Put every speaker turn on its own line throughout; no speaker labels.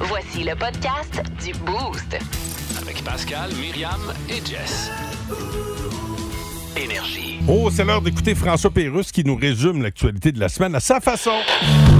Voici le podcast du Boost.
Avec Pascal, Myriam et Jess. Énergie.
Oh, c'est l'heure d'écouter François Pérusse qui nous résume l'actualité de la semaine à sa façon. Oh,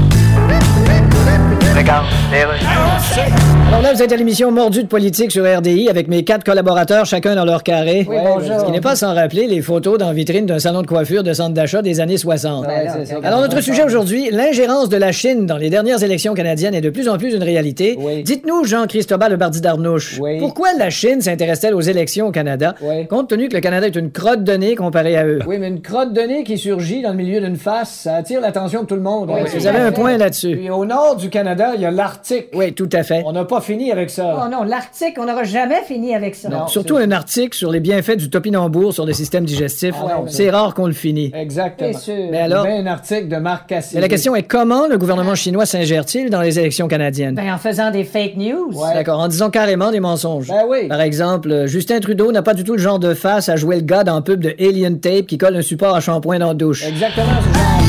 Alors là, vous êtes à l'émission Mordu de politique sur RDI avec mes quatre collaborateurs, chacun dans leur carré.
Oui, bonjour.
Ce qui n'est pas sans rappeler les photos dans vitrine d'un salon de coiffure de centre d'achat des années 60.
Ouais, c'est ça.
Alors, notre sujet aujourd'hui, l'ingérence de la Chine dans les dernières élections canadiennes est de plus en plus une réalité.
Oui.
Dites-nous, Jean-Christobal Bardi d'Arnouche,
Oui.
pourquoi la Chine s'intéresse-t-elle aux élections au Canada,
Oui.
compte tenu que le Canada est une crotte de nez comparée à eux?
Oui, mais une crotte de nez qui surgit dans le milieu d'une face, ça attire l'attention de tout le monde.
Oui,
hein.
vous avez un point là-dessus.
Puis au nord du Canada, il y a l'Arctique.
Oui, tout à fait. Ah,
On n'a pas fini avec ça.
Oh non, l'Arctique, on n'aura jamais fini avec ça.
Non.
Surtout un article sur les bienfaits du topinambour sur le système digestif.
Ah ouais, Euh, ouais.
c'est rare qu'on le finit.
Exactement.
Bien sûr.
Mais alors-
Mais Ben, un article de Marc Cassidy.
Mais la question est comment le gouvernement chinois s'ingère-t-il dans les élections canadiennes?
Ben, en faisant des fake news.
Ouais.
D'accord, en disant carrément des mensonges.
Ben oui.
Par exemple, euh, Justin Trudeau n'a pas du tout le genre de face à jouer le gars dans un pub de Alien Tape qui colle un support à shampoing dans la douche.
Exactement ce genre.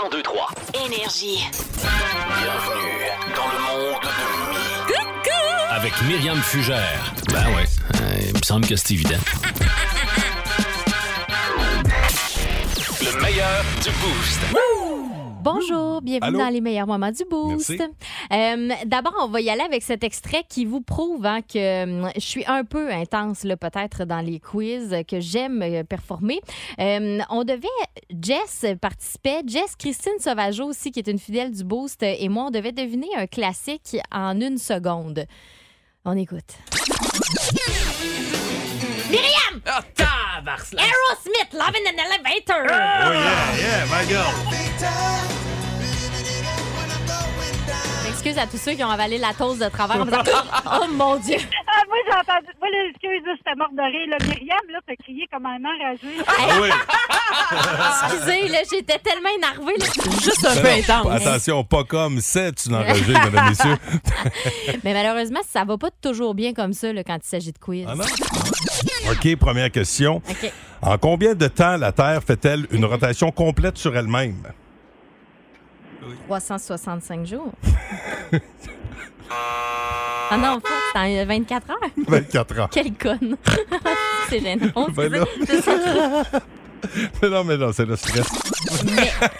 1023.
Énergie.
Bienvenue dans le monde de Mi. Avec Myriam Fugère. Ben ouais, euh, il me semble que c'est évident. Le meilleur du boost.
Bonjour, bienvenue
Allô?
dans les meilleurs moments du boost.
Merci.
Euh, D'abord, on va y aller avec cet extrait qui vous prouve hein, que hum, je suis un peu intense là, peut-être dans les quiz euh, que j'aime euh, performer. Euh, on devait, Jess euh, participait, Jess, Christine Sauvageau aussi qui est une fidèle du boost euh, et moi, on devait deviner un classique en une seconde. On écoute.
Ah,
Aerosmith, Love in an Elevator.
Ah!
Excuse à tous ceux qui ont avalé la toast de travers en faisant Oh mon Dieu!
Ah, moi, j'ai entendu. Moi, là, excuse, là, j'étais mort de rire. Là, Myriam, là, t'as crié comme un enragé.
Ah
Excusez, là, j'étais tellement énervée. là.
Juste un peu
Ben non,
intense.
Attention, pas comme c'est une enregistrée, mesdames et messieurs.
Mais malheureusement, ça va pas toujours bien comme ça là, quand il s'agit de quiz.
Ah non? OK, première question.
OK.
En combien de temps la Terre fait-elle une rotation complète sur elle-même?
365 jours. ah non, fuck, c'est en 24 heures.
24 ans.
Quelle conne! c'est gênant.
Ben non. Mais non, mais non, c'est le stress.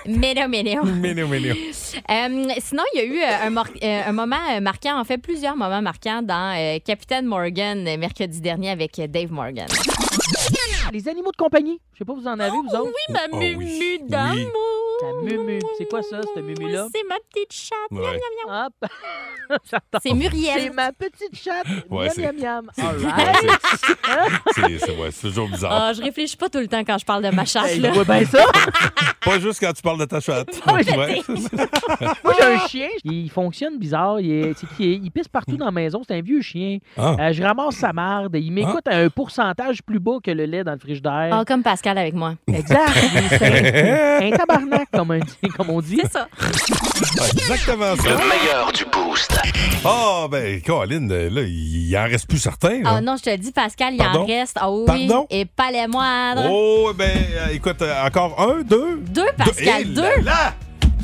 Mais non, mais non.
Mais non, mais non.
Euh, sinon, il y a eu euh, un, mor- euh, un moment euh, marquant, en fait, plusieurs moments marquants dans euh, Capitaine Morgan euh, mercredi dernier avec euh, Dave Morgan.
Les animaux de compagnie. Je sais pas, vous en avez, vous autres?
Oui, ma
Oh,
mumu
oui. Oui.
d'amour.
Ta mumu. C'est quoi ça, cette mumu-là?
C'est ma petite chatte.
Ouais.
Hop! J'attends.
C'est
C'est
Muriel.
ma petite chatte.
Ouais,
miam,
c'est-
miam, miam.
C'est
All right.
bizarre. C'est- c'est- ouais, c'est toujours bizarre.
Ah, je réfléchis pas tout le temps quand je parle de ma chatte.
Hey,
là.
je vois bien ça.
Pas juste quand tu parles de ta chatte. Ouais.
Moi, j'ai un chien. Il fonctionne bizarre. Il, est- c'est qu'il est- il pisse partout dans la maison. C'est un vieux chien.
Ah.
Euh, je ramasse sa marde. Il m'écoute à un pourcentage plus bas que le lait dans le
Ah,
frigidaire.
comme Pascal avec moi.
Exact. Il est- un tabarnak, comme, un- comme on dit.
C'est ça.
Ouais, Exactement ça.
Le meilleur du boost.
Ah, ben, Colin, euh, là, il il en reste plus certain. là.
Ah non, je te dis, Pascal, il
Pardon?
en reste. Ah oui.
Pardon?
Et pas les moindres.
Oh, ben, euh, écoute, euh, encore un, deux.
Deux, Pascal,
Deux.
deux.
Et Là,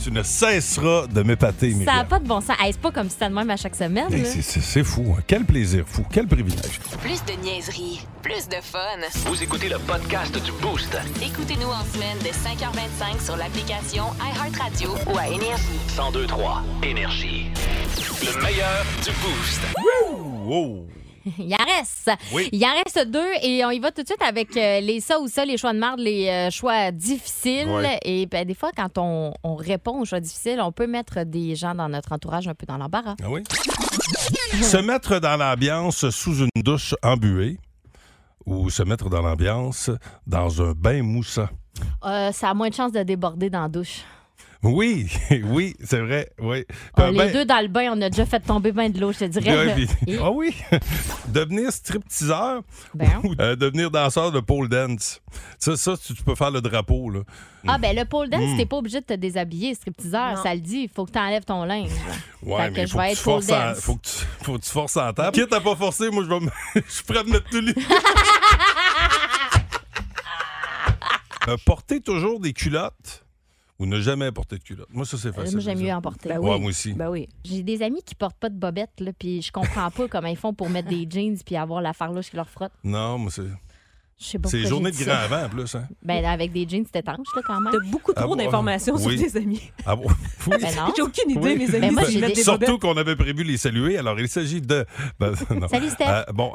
tu ne cesseras de m'épater,
Ça n'a
Myriam.
pas de bon sens. Hey, c'est pas comme si c'était de même à chaque semaine.
Hey,
là.
c'est- C'est c'est fou. hein. Quel plaisir fou. Quel privilège.
Plus de niaiserie, plus de fun.
Vous écoutez le podcast du boost.
Écoutez-nous en semaine de 5h25 sur l'application iHeartRadio ou à Énergie.
1023. Énergie. Le meilleur du boost.
Wow.
Il en reste.
Oui.
Il en reste deux et on y va tout de suite avec euh, les ça ou ça, les choix de marde, les euh, choix difficiles.
Ouais.
Et ben, des fois, quand on, on répond aux choix difficiles, on peut mettre des gens dans notre entourage un peu dans l'embarras.
Ah oui? se mettre dans l'ambiance sous une douche embuée ou se mettre dans l'ambiance dans un bain moussant. Ah.
Euh, ça a moins de chances de déborder dans la douche.
Oui, oui, c'est vrai. Oui. Puis
Ah,
un
les
bain-
deux dans le bain, on a déjà fait tomber bien de l'eau, je te dirais.
Ouais,
là.
puis- Ah oui! devenir stripteaseur
Ben.
ou euh, devenir danseur de pole dance. Ça, ça tu, tu peux faire le drapeau. Là.
Ah, ben le pole dance,
Mm.
t'es pas obligé de te déshabiller, stripteaseur. Ça le dit, il faut que t'enlèves ton linge. Fait que je
faut
vais
que, tu
être pole
forces en,
dance.
faut, que tu, faut que tu forces en table. Quitte à pas forcer, moi, je vais me... je suis prêt à me mettre tout nu. Euh, porter toujours des culottes ou ne jamais porter de culotte. Moi, ça, c'est
Euh,
facile.
Moi, j'aime mieux en porter.
Bah
Ben oui. Ouais, moi aussi.
Ben oui. J'ai des amis qui portent pas de bobettes, là, puis je comprends pas comment ils font pour mettre des jeans puis avoir la farloche qui leur frotte.
Non, moi, c'est.
Je sais pas
C'est les
pourquoi
journées
j'ai
de
dit
grand
ça.
vent, en plus. Hein?
Ben, avec des jeans, c'est étanche, là, quand même.
T'as beaucoup
Ah
trop
bon,
d'informations
oui.
sur tes amis.
Ah bon? Oui.
Ben non.
J'ai aucune idée,
Oui. Ben,
mes amis.
Mais moi,
s'ils
j'ai
mettent
des-
des
Surtout
bobettes.
qu'on avait prévu les saluer. Alors, il s'agit de. ben, non.
Salut, Steph.
Euh, bon.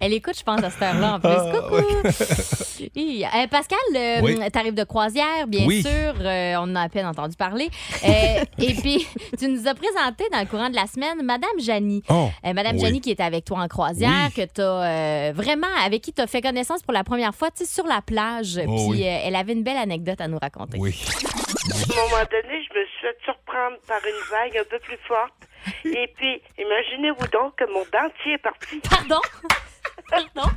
Elle écoute, je pense, à cette heure-là, en plus.
Ah,
Coucou! Hi. Euh, Pascal, euh,
Oui.
t'arrives de croisière, bien
Oui.
sûr. Euh, on en a à peine entendu parler. Euh, et puis, tu nous as présenté dans le courant de la semaine Madame Janie.
Oh.
Euh, Madame
Oui.
Janie qui était avec toi en croisière,
Oui.
que t'as euh, vraiment avec qui t'as fait connaissance pour la première fois, tu sais, sur la plage.
Oh,
Puis
oui.
euh, elle avait une belle anecdote à nous raconter.
Oui.
À un moment donné, je me suis fait surprendre par une vague un peu plus forte. Et puis, imaginez-vous donc que mon dentier est parti.
Pardon? Pardon?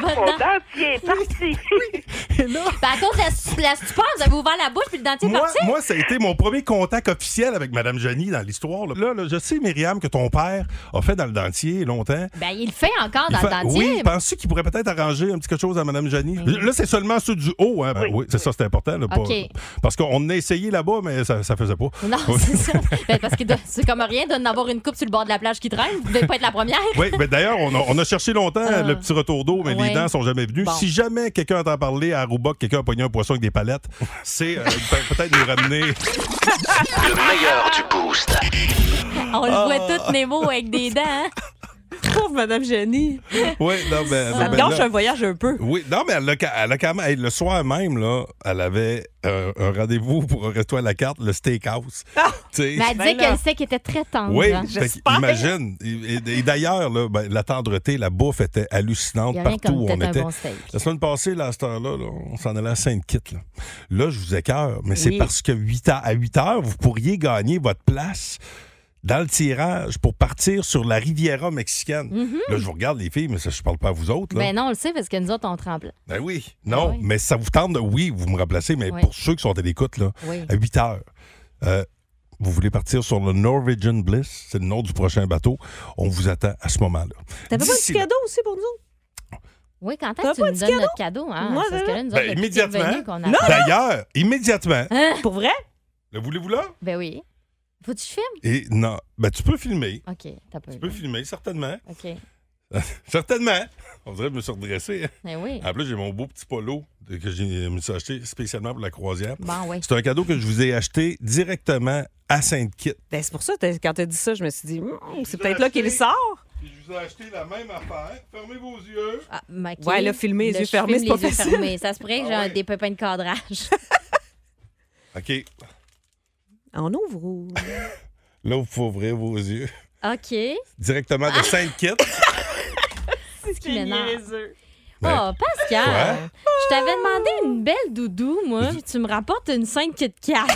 Votre
Mon
dent-
dentier est parti.
Ben, à cause de la, stu- la stupeur, vous avez ouvert la bouche puis le dentier est
Moi,
parti.
moi, ça a été mon premier contact officiel avec Mme Janie dans l'histoire. Là. Là, là, je sais, Myriam, que ton père a fait dans le dentier longtemps.
Ben, il le fait encore
Il
dans
fait-
le dentier.
Oui, penses-tu qu'il pourrait peut-être arranger un petit quelque chose à Mme Janie? Là, c'est seulement ceux du haut. Hein? Ben oui, c'est ça, c'est important. là, pas-
OK.
Parce qu'on a essayé là-bas, mais ça ne faisait pas.
Non, c'est ça. Ben, parce que de- c'est comme rien d'en avoir une coupe sur le bord de la plage qui traîne. Vous devez pas être la première.
Oui, mais d'ailleurs, on a, on a cherché longtemps
Ah.
le petit retour d'eau, mais
Ouais.
les dents sont jamais venues.
Bon.
Si jamais quelqu'un entend parler à Aruba que quelqu'un a pogné un poisson avec des palettes, c'est euh, pe- peut-être nous ramener.
Le meilleur du boost.
On le voit toutes Nemo avec des dents. hein.
Pauvre Madame Jenny.
Oui, non, mais.
Ça
non, mais
te gâche
là-
un voyage un peu.
Oui, non, mais elle a, ca- elle a quand même. hey, le soir même, là, elle avait euh, un rendez-vous pour un resto à la carte, le steakhouse. Tu sais.
Mais elle disait
Ben là.
qu'elle sait qu'elle était très tendre.
Oui,
hein.
fait
j'espère.
qu'imagine. Et, et- et d'ailleurs, là, ben, la tendreté, la bouffe était hallucinante
Il y a rien
partout
comme
où on
peut-être un
était.
bon steak.
La semaine passée, là, à cette heure-là, là, on s'en allait à Sainte-Kitts. Là. Là, je vous écœure, mais c'est
Oui.
parce que 8 heures- à 8 heures, vous pourriez gagner votre place dans le tirage pour partir sur la Riviera mexicaine.
Mm-hmm.
Là, je vous regarde, les filles, mais ça, je parle pas à vous autres. Là.
Ben non, on le sait parce que nous autres, on tremble.
Ben oui. Non,
Ah oui.
mais ça vous tente de. Oui, vous me remplacez, mais
Oui.
pour ceux qui sont à l'écoute, là,
Oui.
à 8 heures, euh, vous voulez partir sur le Norwegian Bliss, c'est le nom du prochain bateau. On vous attend à ce moment-là.
T'avais pas un petit
D'ici là-
cadeau aussi pour nous autres?
Oui, quand est-ce
T'as
que tu
pas
nous
dit
donnes notre cadeau? Hein?
Moi,
parce que là, nous autres,
Ben,
le petit
immédiatement.
venu qu'on a-
D'ailleurs, immédiatement,
Pour vrai?
le voulez-vous là?
Ben oui. Faut que tu filmes?
Et non, ben tu peux filmer.
OK, t'as pas
Tu peux filmer, certainement.
OK.
Certainement. On dirait que je me suis redressé. hein.
Ben oui.
En plus, j'ai mon beau petit polo de- que j'ai je me suis acheté spécialement pour la croisière.
Bon, oui.
C'est un cadeau que je vous ai acheté directement à Sainte-Kitts.
Ben, c'est pour ça, t'as- quand t'as dit ça, je me suis dit, Hmm, c'est peut-être là qu'il sort.
Puis je vous ai acheté la même affaire. Fermez vos yeux.
Ah, ben, OK.
Ouais, là, filmer les
Là,
yeux
je
fermés,
filme
c'est pas
les yeux
facile.
fermés. Ça se pourrait que j'ai
Ah
un-
ouais.
des pépins de cadrage.
OK.
En ouvre ou...
Là, vous pouvez ouvrir vos yeux.
OK.
Directement de Sainte-Kitts.
Ce qui m'énerve.
Ben,
Oh, Pascal! Je t'avais demandé une belle doudou, moi. Tu me rapportes une 5 Kit Kat.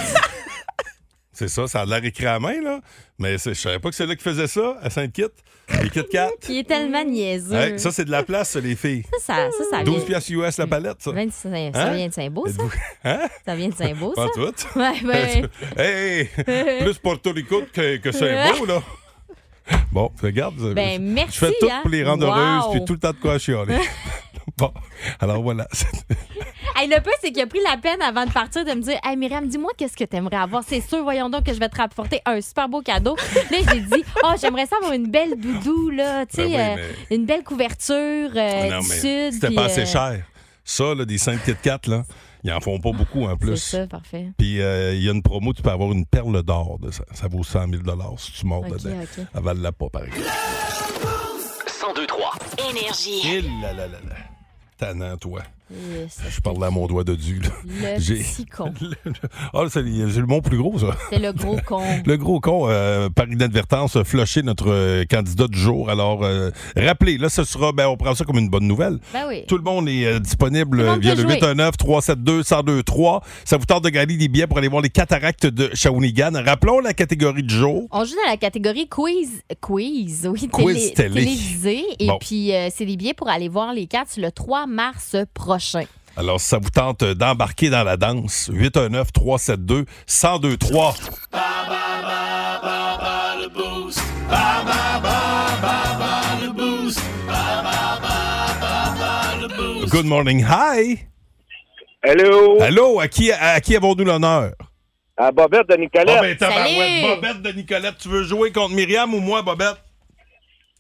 C'est ça, ça a l'air écrit à la main, là. Mais c'est- je savais pas que c'est là qui faisait ça, à Sainte-Kitts. Les Kit Kat.
Qui est tellement niaiseux.
Hey, ça, c'est de la place, ça, les filles.
ça, ça, ça, ça
12
vient.
piastres US la palette, ça.
25, Eh, ça
Hein?
vient de Saint-Beau, ça?
Êtes-vous- Hein?
Ça vient de Saint-Beau, ça?
Pas tout.
Ouais, ben. ouais, ouais.
Hey, hey, plus Porto Rico que, que Saint-Beau, là. Bon, regarde.
Ben, merci.
je fais tout
hein.
pour les rendre heureuses,
Wow.
puis tout le temps de quoi chialer. bon, alors voilà.
Hey, le peu, c'est qu'il a pris la peine avant de partir de me dire Hey, Myriam, dis-moi qu'est-ce que t'aimerais avoir. C'est sûr, voyons donc que je vais te rapporter un super beau cadeau. là, j'ai dit Oh, j'aimerais ça avoir une belle doudou, là. Tu sais,
Ben oui,
euh,
mais- Ah
une belle couverture euh,
Non,
du
mais
sud.
c'était
puis,
pas assez
euh,
cher. Ça, là, des 5 Kit Kat, là, ils en font pas beaucoup en
Ah, C'est
plus.
ça, parfait.
Puis euh, il y a une promo, tu peux avoir une perle d'or. de Ça, ça vaut 100 000 si tu mords
Ok,
dedans.
ok.
Avale-la pas, par exemple.
102-3.
Énergie.
Et là, là, là, là. Tannant, toi.
Et ça,
Je parle à mon doigt de Dieu. là.
Le
J'ai-
petit con.
Ah, c'est c'est le mot plus gros, ça.
C'est le gros con.
Le gros con, euh, par inadvertance, a flushé notre euh, candidat du jour. Alors, euh, rappelez, là, ce sera, ben, on prend ça comme une bonne nouvelle.
Ben oui.
Tout le monde est euh, disponible
Tout le monde
via
peut
le
jouer.
819-372-1023. Ça vous tente de gagner des billets pour aller voir les cataractes de Shawinigan. Rappelons la catégorie du jour.
On joue dans la catégorie quiz, quiz, oui,
Quiz télé.
télévisé. Et
Bon.
puis, euh, c'est des billets pour aller voir les quatre le 3 mars prochain.
Alors, si ça vous tente euh, d'embarquer dans la danse, 819-372-1023. Good morning, hi!
Allô?
Allô, à qui, à, à qui avons-nous l'honneur?
À Bobette de Nicolette.
Ah ben, tabarouette, Bobette de Nicolette, tu veux jouer contre Myriam ou moi, Bobette?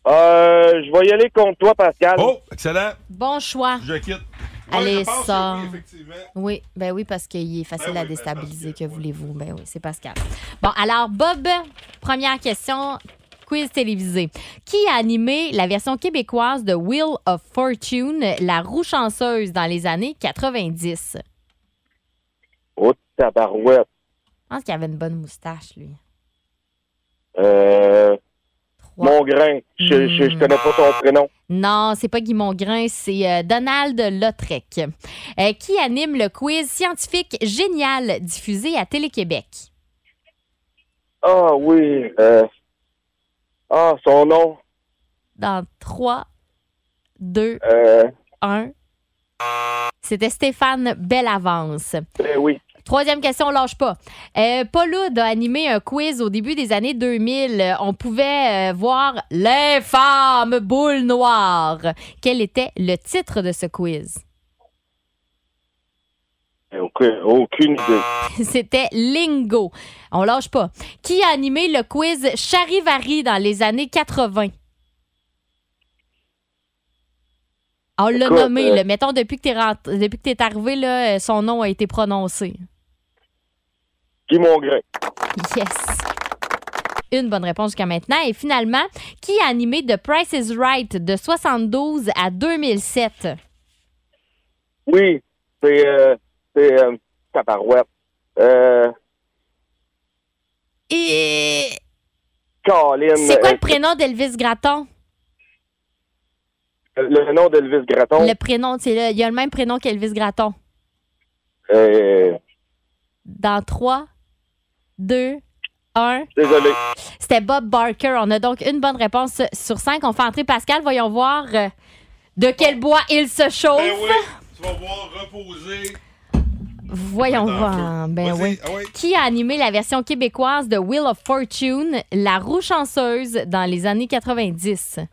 Euh, je vais y aller contre toi, Pascal.
Oh, excellent.
Bon choix.
Je quitte.
Allez, ça. Oui, ben oui, parce qu'il est facile à déstabiliser, que voulez-vous? Ben oui, c'est Pascal. Bon, alors, Bob, première question, quiz télévisé. Qui a animé la version québécoise de Wheel of Fortune, la roue chanceuse, dans les années 90?
Oh, tabarouette.
Je pense qu'il avait une bonne moustache, lui.
Euh, mon grain. Je,
Hmm.
je, je connais pas ton prénom.
Non, c'est pas Guy Mongrain, c'est euh, Donald Lautrec, Euh, qui anime le quiz scientifique génial diffusé à Télé-Québec.
Ah oui. euh, Ah, son nom.
Dans 3, 2,
Euh,
1. C'était Stéphane Bellavance.
ben oui.
Troisième question, on lâche pas. Euh, Paul Oud a animé un quiz au début des années 2000. Euh, On pouvait euh, voir l'infâme boule noire. Quel était le titre de ce quiz?
Aucune, aucune idée.
C'était Lingo. On lâche pas. Qui a animé le quiz Charivari dans les années 80? Ah, On l'a
Écoute,
nommé,
euh,
là. Mettons, depuis que t'es rent- depuis que t'es arrivé, là, euh, son nom a été prononcé.
Guy Mongrain.
Yes. Une bonne réponse jusqu'à maintenant. Et finalement, qui a animé The Price is Right de 72 à 2007?
Oui. C'est. Euh, c'est. Euh, tabarouette. Euh.
Et.
Colin.
C'est quoi le prénom d'Elvis Gratton?
euh, Le nom d'Elvis Gratton.
Le prénom, c'est le- il y a le même prénom qu'Elvis Gratton.
Euh,
Dans 3, 2, 1.
désolé.
Ah. C'était Bob Barker. On a donc une bonne réponse sur 5. On fait entrer Pascal. Voyons voir euh, de quel bois il se chauffe.
Oh. Ben Tu vas voir reposer.
Voyons
Dans le
voir.
feu.
Ben
Vas-y,
oui.
ah ouais.
Qui a animé la version québécoise de Wheel of Fortune, la roue chanceuse, dans les années 90? Ouais,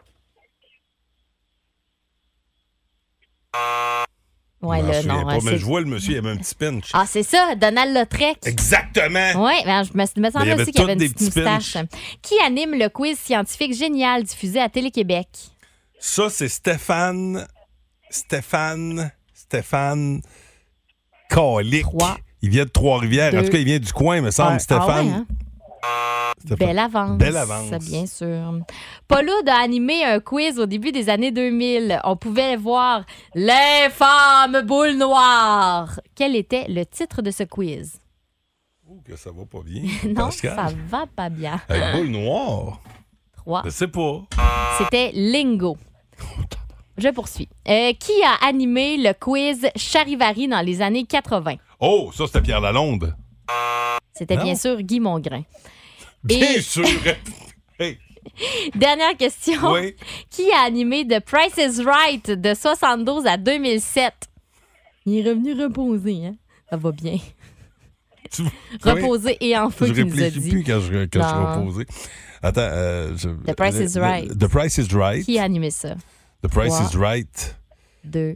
Je m'en
là,
souviens
non.
pas,
hein,
mais
c'est-
je vois le monsieur, il avait un petit pinch.
Ah, c'est ça, Donald Lautrec.
Exactement.
Oui, ben, je me, me
il y
semble
avait
aussi qu'il y avait une
toutes des
petite
petits
moustache. Qui anime le quiz scientifique génial diffusé à Télé-Québec?
Ça, c'est Stéphane. Stéphane. Stéphane. Colic. Il vient de Trois-Rivières. En
Deux.
tout cas, il vient du coin, me semble.
Un.
Stéphane.
Ah ouais, hein?
Stéphane.
Belle avance.
Belle avance.
Bien sûr. Paul Oud a animé un quiz au début des années 2000. On pouvait voir l'infâme boule noire. Quel était le titre de ce quiz?
Ouh, que ça va pas bien.
Non,
Pascal.
ça va pas bien.
Avec boule noire.
Trois.
Je sais pas.
C'était Lingo. Je poursuis. Euh, qui a animé le quiz Charivari dans les années 80?
Oh, ça, c'était Pierre Lalonde.
C'était
Non.
bien sûr Guy Mongrain.
Bien sûr. Hey,
Dernière question.
Oui.
Qui a animé The Price is Right de 72 à 2007? Il est revenu reposer, hein? Ça va bien.
tu-
Reposer et en feu,
Je
tu nous as
réfléchis
dit.
plus quand je, quand je suis
Non.
reposé. Attends. euh, je-
The Price is
le-
Right.
The Price is Right.
Qui a animé ça?
The Price
Trois.
is Right.
Deux.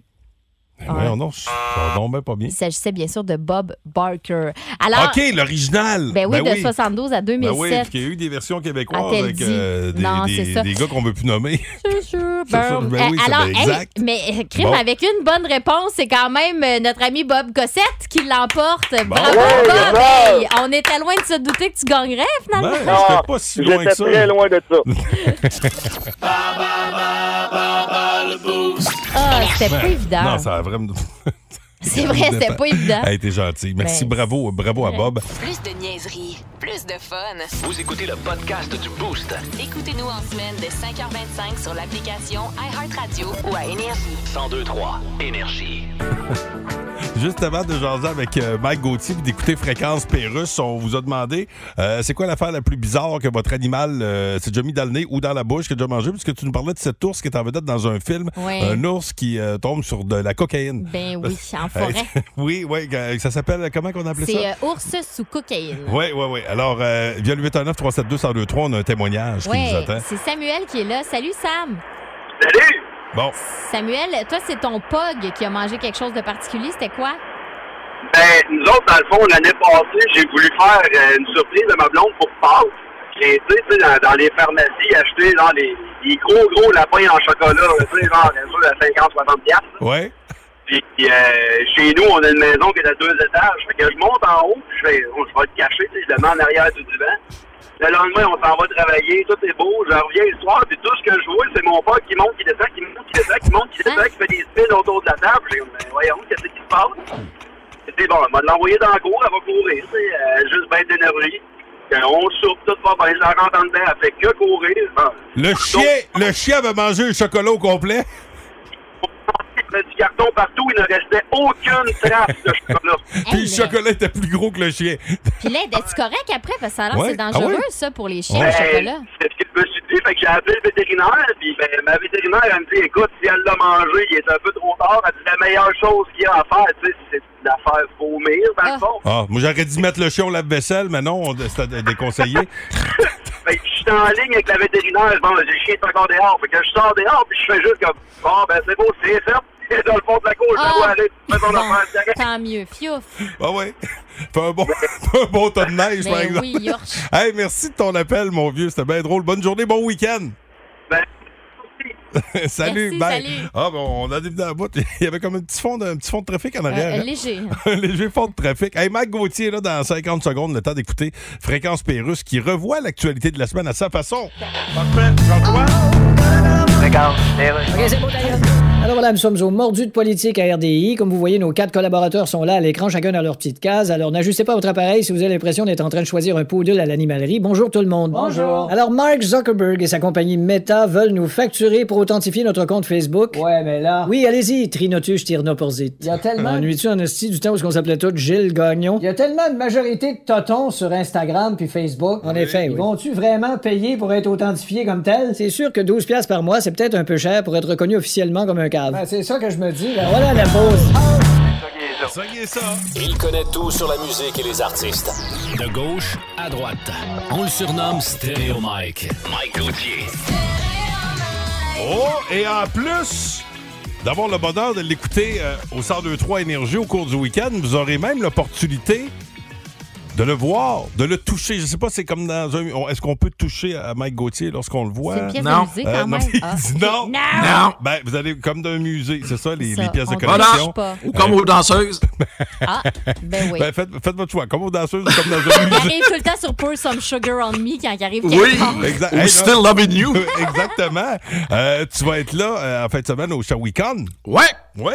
Mais
Un.
voyons donc, je- ça va donc ben pas bien.
Il s'agissait bien sûr de Bob Barker. Alors,
OK, l'original.
ben oui, de 72 à
Ben oui,
2007.
parce qu'il y a eu des versions québécoises
A-t-elle
avec
Ah, dit?
euh, des,
Non,
des-
c'est ça.
des gars qu'on veut plus nommer.
C'est sûr,
C'est sûr,
bon.
ben oui,
Euh,
c'est
alors,
bien
hey,
exact.
mais euh, crime
Bon.
avec une bonne réponse, c'est quand même euh, notre ami Bob Cossette qui l'emporte. Bravo,
Ouais,
Bob!
bravo.
Hey, on était loin de se douter que tu gagnerais finalement.
Ben, j'étais pas si loin que ça.
très loin de ça.
Ah, c'était pas évident.
Non, ça a vraiment.
C'est vrai, c'était pas évident.
Elle était gentille. Merci,
Ben,
bravo, bravo à Bob.
Plus de niaiserie, plus de fun.
Vous écoutez le podcast du Boost.
Écoutez-nous en semaine de 5h25 sur l'application iHeartRadio ou à Énergie.
1023 Énergie.
Juste avant de jaser avec euh, Mike Gauthier et d'écouter Fréquence Pérusse, on vous a demandé euh, c'est quoi l'affaire la plus bizarre que votre animal euh, s'est déjà mis dans le nez ou dans la bouche, que a déjà mangé, puisque tu nous parlais de cet ours qui est en vedette dans un film,
Ouais.
un ours qui euh, tombe sur de la cocaïne.
Ben oui, en forêt.
oui, oui, euh, ça s'appelle, comment qu'on appelait ça?
C'est euh, ours sous cocaïne.
Oui, oui, oui. Alors, euh, via le 819 372 1023 on a un témoignage qui nous
Ouais,
attend.
c'est Samuel qui est là. Salut Sam.
Bon,
Samuel, toi c'est ton pug qui a mangé quelque chose de particulier, c'était quoi
Ben, nous autres, dans le fond, l'année passée, j'ai voulu faire euh, une surprise à ma blonde pour Pâques. J'ai été tu sais, dans, dans les pharmacies acheter genre, les, les gros, gros lapins en chocolat, là, tu sais, genre, bien sûr, à 50, 60 piastres.
Ouais.
Puis euh, chez nous, on a une maison qui est à deux étages. Fait que je monte en haut, puis je vais, on, je vais le cacher, tu sais, je le mets en arrière du divan. Le lendemain, on s'en va travailler, tout est beau. Je reviens le soir, puis tout ce que je vois, c'est mon père qui monte, qui descend, qui monte, qui descend, qui monte, qui descend, qui fait des spins autour de la table. J'ai dit, ben, voyons, qu'est-ce qui se passe? J'ai dit, bon, elle m'a l'envoyé dans la cour, elle va courir, tu sais, euh, juste bien d'énergie. Quand on soupe, tout va bien, je la rentre en dedans, elle fait que courir. Ah,
Le chien, le chien avait mangé le chocolat au complet.
Il y avait du carton partout, il ne restait aucune trace de chocolat.
Puis le chocolat était plus gros que le chien.
Puis là, est-tu correct après? Parce que ça a l'air que
Ouais.
c'est
Ah
dangereux,
ouais?
ça, pour les chiens
Ouais.
au chocolat.
C'est ce que je me suis dit, fait que j'ai appelé le vétérinaire, puis ben, ma vétérinaire, elle me dit, écoute, si elle l'a mangé, il est un peu trop tard, elle dit, la meilleure chose qu'il y a à faire, tu sais, c'est de la faire vomir, dans le fond.
Ah, moi j'aurais dû mettre le chien au lave-vaisselle, mais non, on- c'était déconseillé.
Fait que je suis en ligne avec la vétérinaire, bon, j'ai le chien est encore dehors, fait que je sors dehors, puis je fais juste comme, bon, ben, c'est beau, c'est fait, et dans le fond de la cour, je la vois aller, je fais son affaire, je l'arrête.
Ah! Tant mieux, fiouf.
Ah ouais. Fait un bon, un bon tas de neige,
Ben
par exemple.
oui, Yorch.
Hey, merci de ton appel, mon vieux. C'était bien drôle. Bonne journée, bon week-end. salut,
Ben, Merci,
bye.
salut.
Ah, bon, on a débuté à bout. Il y avait comme un petit fond de, un petit fond de trafic en arrière.
Euh,
hein?
léger.
un léger fond de trafic. Hey, Mac Gauthier, est là, dans 50 secondes, le temps d'écouter Fréquence Pérusse qui revoit l'actualité de la semaine à sa façon. Parfait. Jean-Claude?
OK, c'est beau, ta gueule. Alors voilà, nous sommes au mordu de politique à RDI. Comme vous voyez, nos quatre collaborateurs sont là à l'écran, chacun dans leur petite case. Alors n'ajustez pas votre appareil si vous avez l'impression d'être en train de choisir un poodle à l'animalerie. Bonjour tout le monde.
Bonjour.
Alors Mark Zuckerberg et sa compagnie Meta veulent nous facturer pour authentifier notre compte Facebook. Ouais, mais là. Oui, allez-y, Trinotus Tirnoporzit. Il y a
tellement-
Ennuies-tu en hostie du temps où on s'appelait tout Gilles Gagnon?
Il y a tellement de majorité de totons sur Instagram puis Facebook. En
effet,
Ils
oui.
vont-tu vraiment payer pour être authentifiés comme tel?
C'est sûr que 12 piastres par mois, c'est peut-être un peu cher pour être reconnu officiellement comme un cave.
Ben, c'est ça que je me dis. là.
Voilà la pause.
Ça Il connaît tout sur la musique et les artistes. De gauche à droite. On le surnomme Stéréo Mike. Mike Gauthier.
Oh, et en plus d'avoir le bonheur de l'écouter euh, au 1023 Énergie au cours du week-end, vous aurez même l'opportunité de le voir, de le toucher. Je sais pas, c'est comme dans un. on- Est-ce qu'on peut toucher à Mike Gauthier lorsqu'on le voit? Euh,
C'est une pièce de Non. musée, quand
non,
même.
il
Ah,
dit
ok.
non.
Non.
Ben, vous allez comme d'un musée, c'est ça, les,
Ça,
les pièces de
on
collection. Euh,
touche pas.
Ou comme aux danseuses.
Ah, ben oui.
Ben, faites, faites votre choix, comme aux danseuses ou comme dans un
Il
musée.
arrive tout le temps sur Pour Some Sugar on Me quand il arrive quelque part.
exact.
Ou
là-
Still Loving You.
Exactement. Euh, tu vas être là euh, en fin de semaine au Shawicon.
Ouais.
Oui.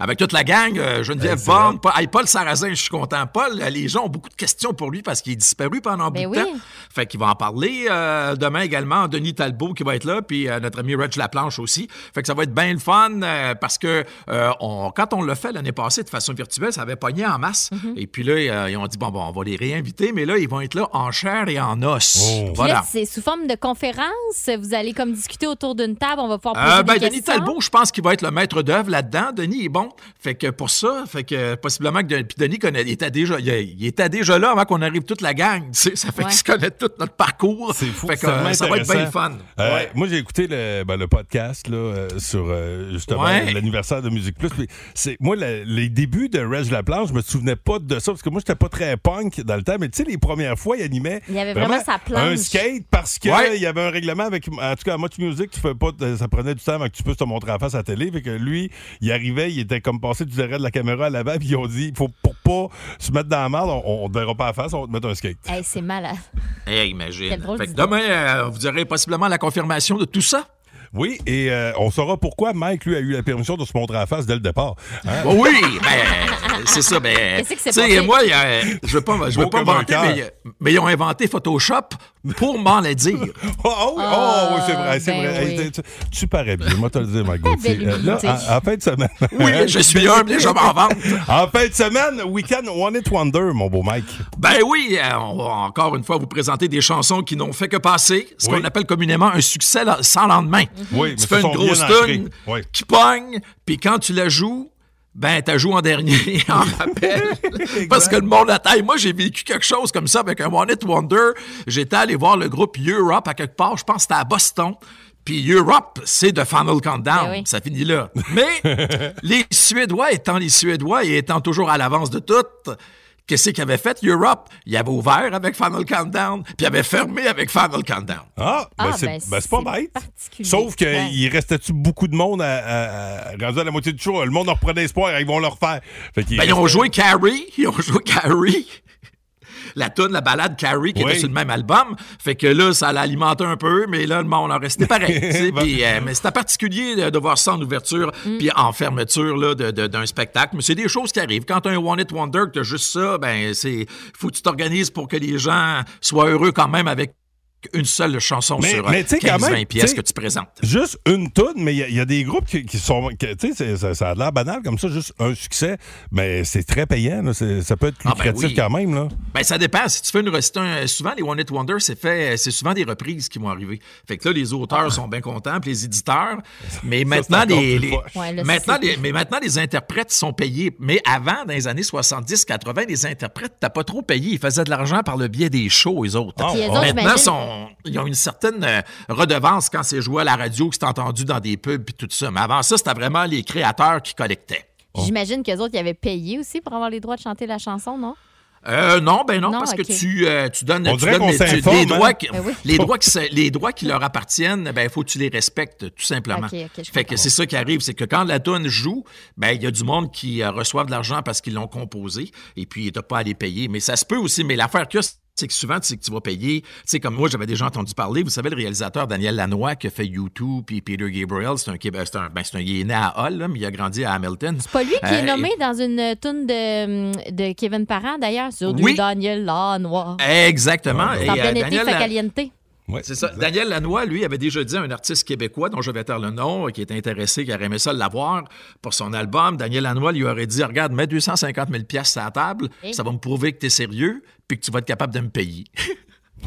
Avec toute la gang, euh, Geneviève
Excellent.
Borne, Paul, hey, Paul Sarrazin, je suis content. Paul, euh, les gens ont beaucoup de questions pour lui parce qu'il est disparu pendant
Ben oui.
beaucoup de temps. Fait qu'il va en parler. euh, demain également, Denis Talbot qui va être là, puis euh, notre ami Reg Laplanche aussi. Fait que ça va être bien le fun euh, parce que euh, on- quand on l'a fait l'année passée de façon virtuelle, ça avait pogné en masse.
Mhm.
Et puis là, euh, ils ont dit, bon, bon, on va les réinviter, mais là, ils vont être là en chair et en os.
Puis
Voilà.
là, c'est sous forme de conférence. Vous allez comme discuter autour d'une table. On va pouvoir poser
Euh, ben,
des
Denis
questions.
Talbot, je pense qu'il va être le maître d'œuvre là-dedans. Denis est bon. Fait que pour ça, fait que euh, possiblement que puis Denis connaît, il était déjà, il, il était déjà là avant qu'on arrive toute la gang. Tu sais, ça fait
Ouais.
qu'il connaît tout notre parcours. C'est fou. Fait que,
Extrêmement
euh, ça va être bien le
intéressant.
fun.
Euh,
Ouais.
Moi, j'ai écouté le, ben, le podcast là, euh, sur euh, justement
Ouais.
l'anniversaire de Musique Plus. Puis c'est moi la- les débuts de Reg Laplanche, je me souvenais pas de ça parce que moi, j'étais pas très punk dans le temps. Mais tu sais, les premières fois, il animait
Il y avait vraiment sa planche.
un skate parce que
Ouais.
il y avait un règlement avec en tout cas à Much Music, tu fais pas, de- ça prenait du temps avant que tu puisses te montrer en face à la télé. Fait que lui, il arrivait, il était comme passé du arrêt de la caméra à l'avant, puis ils ont dit, faut pour pas se mettre dans la merde, on, on te verra pas en face, on va te mettre un skate.
Hey, c'est malade.
Hey, imagine.
Quelle drôle
Fait que
d'idée.
demain, euh, vous aurez possiblement la confirmation de tout ça.
Oui, et euh, on saura pourquoi Mike, lui, a eu la permission de se montrer à la face dès le départ. Hein?
Bon, oui, ben, c'est ça. Ben,
Qu'est-ce que c'est
tu sais,
passé?
moi, il y a- je veux pas, je veux
Beau
pas me
comme un
vanter,
cœur.
mais, euh, mais ils ont inventé Photoshop pour m'en le dire.
Oh, oh, oui, oh,
Ah,
oui, c'est vrai, c'est
ben
vrai.
oui.
Hey, tu, tu parais bien, moi, te le dire, Mike Gauthier.
belle
Euh, là,
humilité.
en, en fin de semaine.
Oui, je suis humble et je m'en vante.
En fin de semaine, week-end One It Wonder, mon beau Mike.
Ben oui, euh, on va encore une fois vous présenter des chansons qui n'ont fait que passer, ce
Oui.
qu'on appelle communément un succès la- sans lendemain.
Oui, mais
tu
ça,
fais
sont
une grosse
bien ancrés.
tune
Oui.
qui pogne, puis quand tu la joues, ben, t'as joué en dernier, en rappel. Parce que le monde la taille. Moi, j'ai vécu quelque chose comme ça avec un One It Wonder. J'étais allé voir le groupe Europe à quelque part, je pense que c'était à Boston. Puis Europe, c'est The Final Countdown.
Ben oui.
Ça finit là. Mais les Suédois, étant les Suédois et étant toujours à l'avance de tout, qu'est-ce qu'ils avaient fait, Europe? Ils avaient ouvert avec Final Countdown, puis ils avaient fermé avec Final Countdown.
Ah, ben
Ah,
c'est
ben,
ben, c'est pas bête. Sauf
Ouais.
qu'il restait-tu beaucoup de monde à, à- à- rendu à la moitié du show? Le monde en reprenait espoir, ils vont le refaire. Fait qu'il
Ben, ils ont
restait-
joué Carrie, ils ont joué Carrie. La tune, la balade Carrie qui
Oui.
était sur le même album. Fait que là, ça l'alimentait un peu, mais là, le monde en restait pareil. tu sais.
Bon.
Puis, euh, mais c'était particulier de, de voir ça en ouverture puis en fermeture là, de- de- d'un spectacle. Mais c'est des choses qui arrivent. Quand t'as un One It Wonder, que t'as juste ça, ben c'est faut que tu t'organises pour que les gens soient heureux quand même avec une seule chanson
Mais-
sur
mais tu sais, quand même,
15-20 pièces
tu sais,
que tu présentes.
Juste une toune, mais il y a- il y, a des groupes qui, qui sont. qui- Tu sais, c'est- ça, ça a l'air banal comme ça, juste un succès, mais c'est très payant. là. C'est- Ça peut être
Ah, ben
lucratif
oui.
quand même. Là.
Ben, ça dépend. Si tu fais une recitation, souvent les One Hit Wonder, c'est fait, euh, c'est souvent des reprises qui vont arriver. Fait que là, les auteurs sont bien contents, puis les éditeurs. Mais maintenant,
encore
les,
plus
les-
poche. Ouais, là,
maintenant,
c'est-
les- mais maintenant, les interprètes sont payés. Mais avant, dans les années 70, 80, les interprètes, t'as pas trop payé. Ils faisaient de l'argent par le biais des shows, les autres.
Puis eux autres,
maintenant,
j'imagine-
sont- ils ont une certaine euh, redevance quand c'est joué à la radio, que c'est entendu dans des pubs, puis tout ça. Mais avant ça, c'était vraiment les créateurs qui collectaient.
J'imagine qu'eux autres, ils avaient payé aussi pour avoir les droits de chanter la chanson, non?
Euh, non, ben non,
Non,
parce
ok.
que tu, euh, tu donnes,
On
tu
dirait
donnes
qu'on
les, tu-
s'informe,
les
hein.
droits qui,
Ben oui.
les, droits qui, se- les droits qui leur appartiennent, ben il faut que tu les respectes, tout simplement.
Ok, ok, je
fait que
comprends.
c'est ça qui arrive, c'est que quand la tonne joue, ben il y a du monde qui euh, reçoit de l'argent parce qu'ils l'ont composé et puis t'as pas à les payer. Mais ça se peut aussi, mais l'affaire que c'est que souvent, c'est que tu vas payer. Tu sais, comme moi, j'avais déjà entendu parler, vous savez, le réalisateur Daniel Lanois qui a fait YouTube puis Peter Gabriel, c'est un, Québé- c'est un, ben, c'est un- il est né à Hull, là, mais il a grandi à Hamilton. Euh, C'est
Pas lui qui est nommé dans une toune de, hum, de Kevin Parent, d'ailleurs, sur du
Oui.
Daniel Lanois.
Exactement. Et,
Dans
euh,
Benetti
Daniel Lan-
Facaliente.
C'est ça. Daniel Lanois, lui, avait déjà dit à un artiste québécois dont je vais taire le nom, euh, qui était intéressé, qui aurait aimé ça l'avoir pour son album. Daniel Lanois lui aurait dit Regarde, mets 250 000 piastres à la table,
Eh.
Hey.
ça va me prouver que tu es sérieux puis que tu vas être capable de me payer. Mais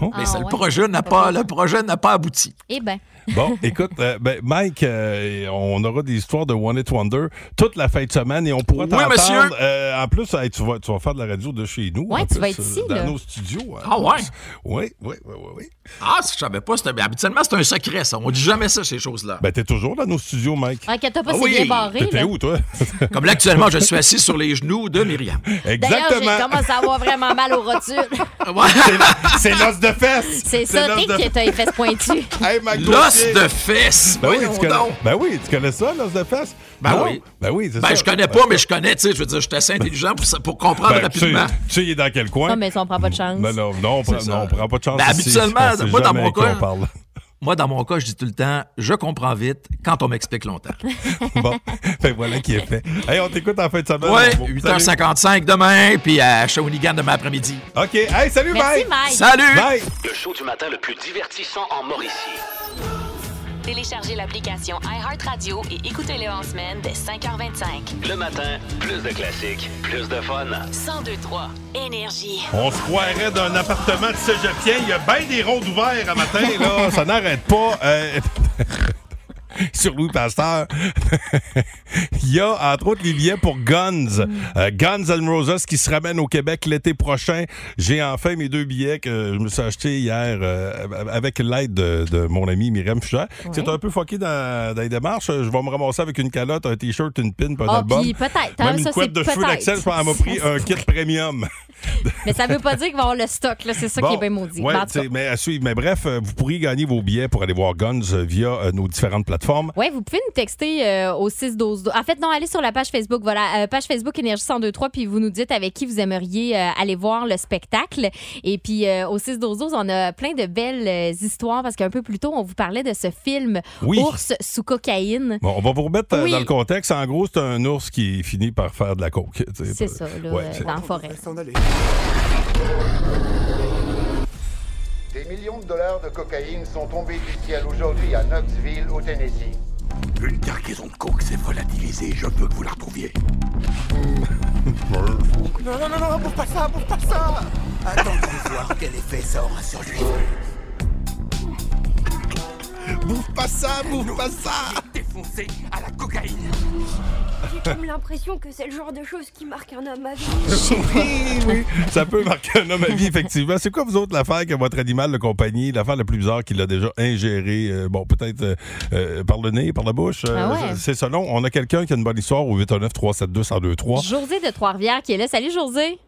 Oh.
Ah,
ça, le,
ouais.
projet n'a pas, le projet n'a pas abouti.
Eh bien.
Bon, écoute, euh, ben, Mike, euh, on aura des histoires de One It Wonder toute la fin de semaine et on pourra t'entendre.
monsieur.
euh, en plus, hey, tu, vas, tu vas faire de la radio de chez nous.
Ouais,
en
tu
plus,
vas être
euh,
ici,
Dans
là.
nos studios. hein.
Ah ouais?
Oui, oui, oui, oui.
Ah, je savais pas. c'était- mais habituellement, c'est un secret, ça. On dit jamais ça, ces choses-là.
Ben, t'es toujours dans nos studios, Mike.
Inquiète-toi pas,
Ah
c'est
oui.
bien barré.
T'étais
là.
où, toi?
Comme là, actuellement, je suis assis sur les genoux de Myriam.
D'ailleurs, j'ai commencé à avoir vraiment mal aux rotules.
C'est l'os de fesses.
C'est ça,
l'os
dès
de-
que t'as les fesses pointues.
L'os de fesses.
Ben oui,
Voyons
tu connais,
donc.
ben oui, tu connais ça, l'os de fesses?
Ben
Non?
oui.
Ben oui, c'est
Ben,
ça.
je connais pas, mais je connais, tu sais. Je veux dire, je suis assez intelligent pour, ça- pour comprendre
Ben, tu sais-
rapidement.
Tu sais, il est dans quel coin?
Non, Ah, mais ça, on prend pas de chance.
Ben non, non, on prend,
C'est ça.
non, on prend pas de chance.
Ben,
ici,
habituellement,
on sait
moi, dans
jamais
mon
à qui on
cas-
parle.
Moi, dans mon cas, je dis tout le temps, je comprends vite quand on m'explique longtemps.
Bon, ben voilà qui est fait. Hey, on t'écoute en fin de semaine.
Ouais,
On-
8h55 demain, puis à Shawinigan demain après-midi.
OK. Hey, salut,
Merci,
Mike.
Mike. Salut. Bye.
Le show du matin le plus divertissant en Mauricie.
Téléchargez l'application iHeartRadio et écoutez-le en semaine dès 5h25.
Le matin, plus de classiques, plus de fun.
1023 Énergie.
On se croirait d'un appartement de cégepien. Il y a bien des rondes ouvertes à matin, là. Ça n'arrête pas. Euh, Sur Louis Pasteur, il y a entre autres les billets pour Guns. Euh, Guns N' Roses qui se ramène au Québec l'été prochain. J'ai enfin mes deux billets que je me suis achetés hier euh, avec l'aide de, de mon ami Myriam Fuchère. C'est un peu fucké dans, dans les démarches. Je vais me ramasser avec une calotte, un t-shirt, une pin, pas
Ah,
d'album.
puis peut-être. Ah,
Même
ça,
une couette
c'est
de cheveux
peut-être.
d'Axel, je pense, elle m'a pris
Ça,
un kit premium.
Mais ça veut pas dire qu'il va avoir le stock, là. C'est ça qui est
Bon,
bien maudit.
ouais,
Mais en tout
t'sais,
cas,
mais à suivre. Mais bref, euh, vous pourriez gagner vos billets pour aller voir Guns euh, via euh, nos différentes plateformes.
Ouais, vous pouvez nous texter euh, au 6 12 12. En fait, non, allez sur la page Facebook, voilà, euh, page Facebook Énergie 1023 puis vous nous dites avec qui vous aimeriez euh, aller voir le spectacle. Et puis euh, au 6 12 12, on a plein de belles euh, histoires parce qu'un peu plus tôt, on vous parlait de ce film
Oui.
Ours sous cocaïne.
Bon, on va vous remettre euh,
Oui.
dans le contexte. En gros, c'est un ours qui finit par faire de la coke. t'sais.
C'est ça, là,
Ouais,
euh,
c'est-
dans la forêt.
Des millions de dollars de cocaïne sont tombés du ciel aujourd'hui à Knoxville, au Tennessee.
Une cargaison de coke s'est volatilisée, je veux que vous la retrouviez.
Non, non, non, non, bouffe pas ça, bouffe pas ça Attends de voir quel effet ça aura sur lui. Bouffe pas ça, bouffe pas ça
foncé à la cocaïne.
J'ai comme l'impression que c'est le genre de choses qui marque un homme à vie.
oui, oui. Ça peut marquer un homme à vie, effectivement. C'est quoi, vous autres, l'affaire que votre animal de compagnie, l'affaire la plus bizarre qu'il a déjà ingérée? euh, bon, peut-être euh, euh, par le nez, par la bouche. euh,
Ah ouais?
C'est selon. On a quelqu'un qui a une bonne histoire au 819-372-1023.
Josée de Trois-Rivières qui est là. Salut, Josée.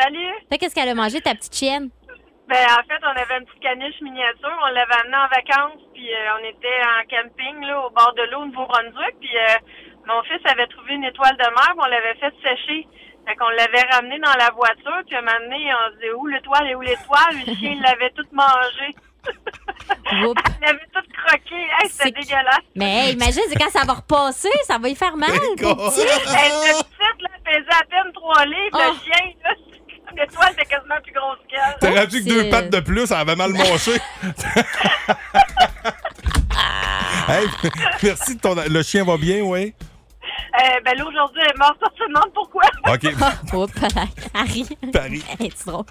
Salut.
Qu'est-ce qu'elle a mangé, ta petite chienne?
Ben, en fait, on avait une petite caniche miniature. On l'avait amenée en vacances, puis euh, on était en camping là, au bord de l'eau, au Nouveau-Brunswick. Puis euh, mon fils avait trouvé une étoile de mer, puis on l'avait fait sécher. Fait qu'on l'avait ramenée dans la voiture, puis à un moment donné, on se disait « Où l'étoile et où l'étoile? » Le chien il l'avait toute mangée. Il l'avait toute croquée. Hey, c'était dégueulasse.
Mais hey, imagine, c'est quand ça va repasser, ça va y faire mal. pour
Elle, le petite, là, faisait à peine trois livres,
Ah.
le chien. là. L'étoile était quasiment plus grosse qu'elle.
T'as rendu que deux pattes de plus, elle avait mal mâché. Hey, merci de ton. Le chien va bien, oui?
Euh, ben là, aujourd'hui, elle est morte. On se demande pourquoi.
OK.
Harry.
Paris.
C'est drôle.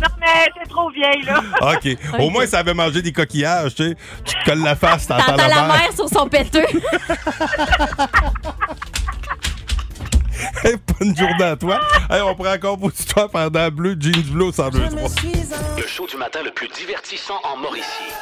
Non, mais c'est trop vieille, là.
OK. Au moins, ça avait mangé des coquillages, tu sais. Tu te colles la face, t'entends
T'entends
la
la
mer.
mère sur son péteux.
Hey, bonne journée à toi. Hey, on prend encore vos histoires pendant bleu, jeans bleu, sans bleu.
Le show du matin le plus divertissant en Mauricie.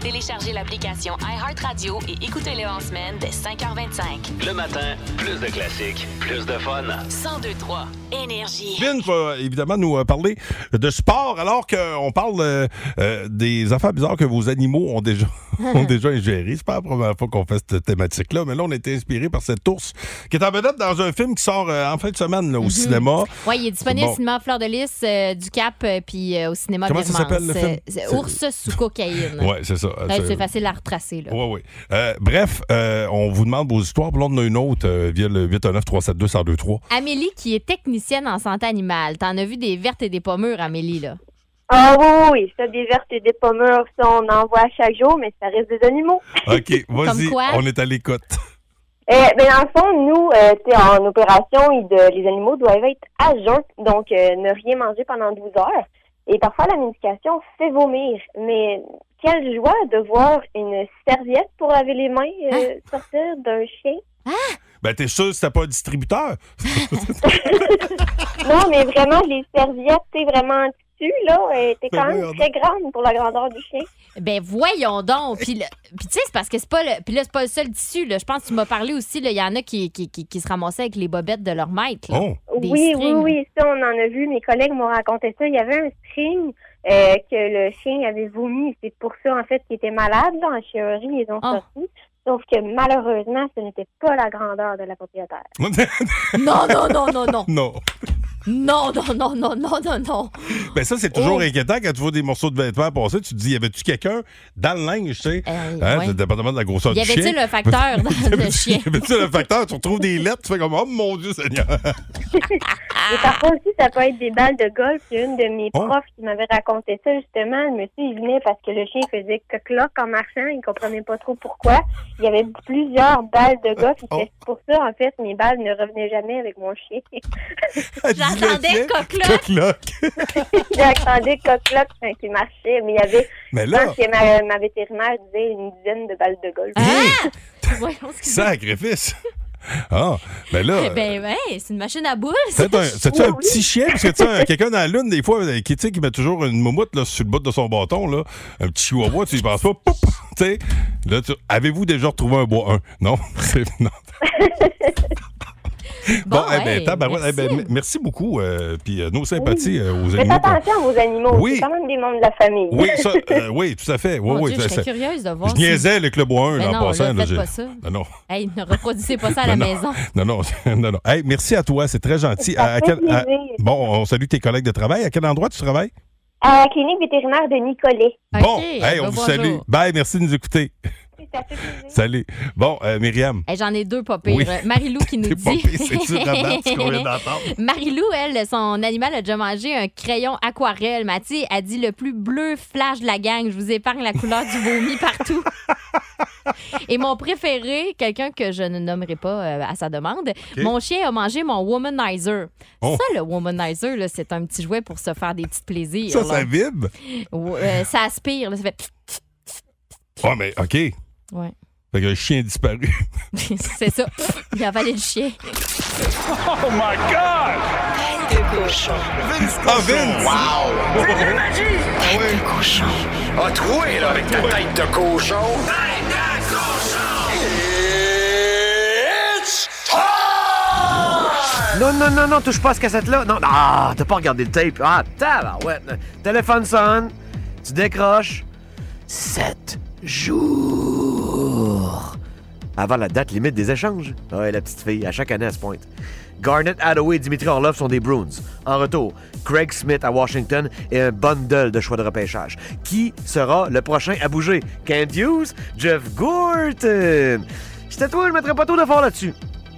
Téléchargez l'application iHeartRadio et écoutez-le en semaine dès 5h25.
Le matin, plus de classiques, plus de fun.
1023 Énergie.
Vince va évidemment nous euh, parler de sport alors qu'on parle euh, euh, des affaires bizarres que vos animaux ont déjà, ont déjà ingérées. C'est pas la première fois qu'on fait cette thématique-là, mais là, on était inspiré par cet ours qui est en vedette dans un film qui sort euh, en fin de semaine
Mhm.
là, au cinéma.
Oui, il est disponible
Bon.
au cinéma Fleur de Lys, euh, du Cap, euh, puis euh, au cinéma
Comment ça
Birmans.
s'appelle, le film?
Euh, c'est
C'est-
Ours sous cocaïne.
Ouais, c'est ça.
Ouais, Ben, c'est facile à retracer. Là.
Oui, oui. Euh, bref, euh, on vous demande vos histoires. Puis là, on en a une autre euh, via le 819-372-1023.
Amélie, qui est technicienne en santé animale, t'en as vu des vertes et des pommures, Amélie, là.
Ah oui, oui, oui, ça, des vertes et des pommures, ça, on en voit chaque jour, mais ça reste des animaux.
OK, vas-y.
quoi?
On est à l'écoute.
Eh ben, dans le fond, nous, euh, tu sais, en opération, ils de- les animaux doivent être à jeun, donc euh, ne rien manger pendant 12 heures. Et parfois, la médication fait vomir. Mais quelle joie de voir une serviette pour laver les mains euh, sortir d'un chien.
Ben, t'es sûr que c'était pas un distributeur?
Non, mais vraiment, les serviettes, tu sais, vraiment en tissu, là, euh, t'es
Ben
quand même
voyons
très grande pour la grandeur du chien.
Ben voyons donc. Puis, le- puis tu sais, c'est parce que c'est pas le, puis là, c'est pas le seul tissu. Là. Je pense que tu m'as parlé aussi, là, il y en a qui, qui, qui, qui se ramassaient avec les bobettes de leur maître.
Oh.
là. Des
Oui, oui,
strings.
oui, ça, on en a vu. Mes collègues m'ont raconté ça. Il y avait un string euh, que le chien avait vomi. C'est pour ça, en fait, qu'il était malade. là. En chirurgie, ils ont
Ah.
sorti. Sauf que malheureusement, ce n'était pas la grandeur de la propriétaire.
Non, non, non, non, non.
non.
Non, non, non, non, non, non, non.
Ben ça, c'est toujours
Oh.
inquiétant quand tu vois des morceaux de vêtements passer. Tu te dis, y avait-tu quelqu'un dans le linge, tu sais? Hein,
Euh, ouais.
c'est dépendamment de la grosseur
Y
du chien.
avait-il un facteur dans le chien?
Y avait-tu un facteur? Tu retrouves des lettres, tu fais comme, oh mon Dieu, Seigneur.
Et parfois aussi, ça peut être des balles de golf. Il y a une de mes profs qui m'avait raconté ça, justement. Le monsieur, il venait parce que le chien faisait coq-loc en marchant. Il comprenait pas trop pourquoi. Il y avait plusieurs balles de golf.
Oh.
Il fait, C'est pour ça, en fait, mes balles ne revenaient jamais avec mon chien.
J'entendais coq-là.
Coq-loc.
J'attendais coq-loc quand il marchait. Mais il y avait,
Mais
je
là-
pense que ma, ma vétérinaire disait une dizaine de balles de golf.
Hein? Sacrifice. Ah, ben là.
Ben, ouais, c'est une machine à boules.
C'est un, c'est-tu un petit chien? Parce que tu sais, un- quelqu'un dans la lune, des fois, euh, qui, tu sais, qui met toujours une moumoute là, sur le bout de son bâton, là, un petit chihuahua, tu y penses pas, poup, tu sais. Là, tu- avez-vous déjà retrouvé un bois 1? Non? C'est, non. bon, eh ben,
ouais,
tabarouette, eh ben,
merci.
m- merci beaucoup. euh, Puis euh, nos sympathies euh, aux
Faites
animaux. quoi.
attention à vos animaux.
Oui.
C'est quand même des membres de la famille.
Oui, ça, euh, oui, tout à fait. Oui,
Mon
oui,
Dieu,
ça-
je serais
ça-
curieuse de voir
Je
si-
niaisais avec le bois 1
Ben
en
non,
passant.
là,
là,
faites
j'ai-
pas ça.
Ben non.
Hey, ne reproduisez pas ça à la
Non, non.
maison.
Non, non, non, non. Hey, merci à toi, c'est très gentil.
Ça
À- à
fait
quel- à-
plaisir.
bon, on salue tes collègues de travail. À quel endroit tu travailles?
À Euh, la clinique vétérinaire de Nicolet.
Bon,
ben
hey, on vous salue. Bye, merci de nous écouter. Salut. Bon, euh, Myriam.
Hey, J'en ai deux pas pires.
Oui.
Marie-Lou qui nous
T'es
dit.
pas pire, c'est sûr, la date, ce qu'on vient d'entendre.
Marie-Lou, elle, son animal a déjà mangé un crayon aquarelle. Mathieu a dit le plus bleu flash de la gang. Je vous épargne la couleur du vomi partout. Et mon préféré, quelqu'un que je ne nommerai pas euh, à sa demande, mon chien a mangé mon womanizer.
Oh.
Ça, le womanizer, là, c'est un petit jouet pour se faire des petits plaisirs.
Ça,
là.
ça vibre?
Ouais, euh, ça aspire, là, ça fait.
Ah, mais OK.
Ouais.
Fait que le chien a disparu.
C'est ça. Il a avalé le chien.
Oh my god! Tête de cochon. Vince
Ah, Vince!
Wow! C'est de la magie! Tête de cochon.
Ah, troué, là, avec ta tête de cochon.
Non, non, non, non, touche pas à ce cassette-là. Non, ah, t'as pas regardé le tape. Ah, tabarouette. Téléphone sonne. Tu décroches. Sept jours. Avant la date limite des échanges. Ah Ouais, la petite fille, à chaque année, elle se pointe. Garnet Hathaway et Dimitri Orlov sont des Bruins. En retour, Craig Smith à Washington et un bundle de choix de repêchage. Qui sera le prochain à bouger? Kent Hughes? Jeff Gorton? C'était toi, je mettrais pas trop d'efforts là-dessus.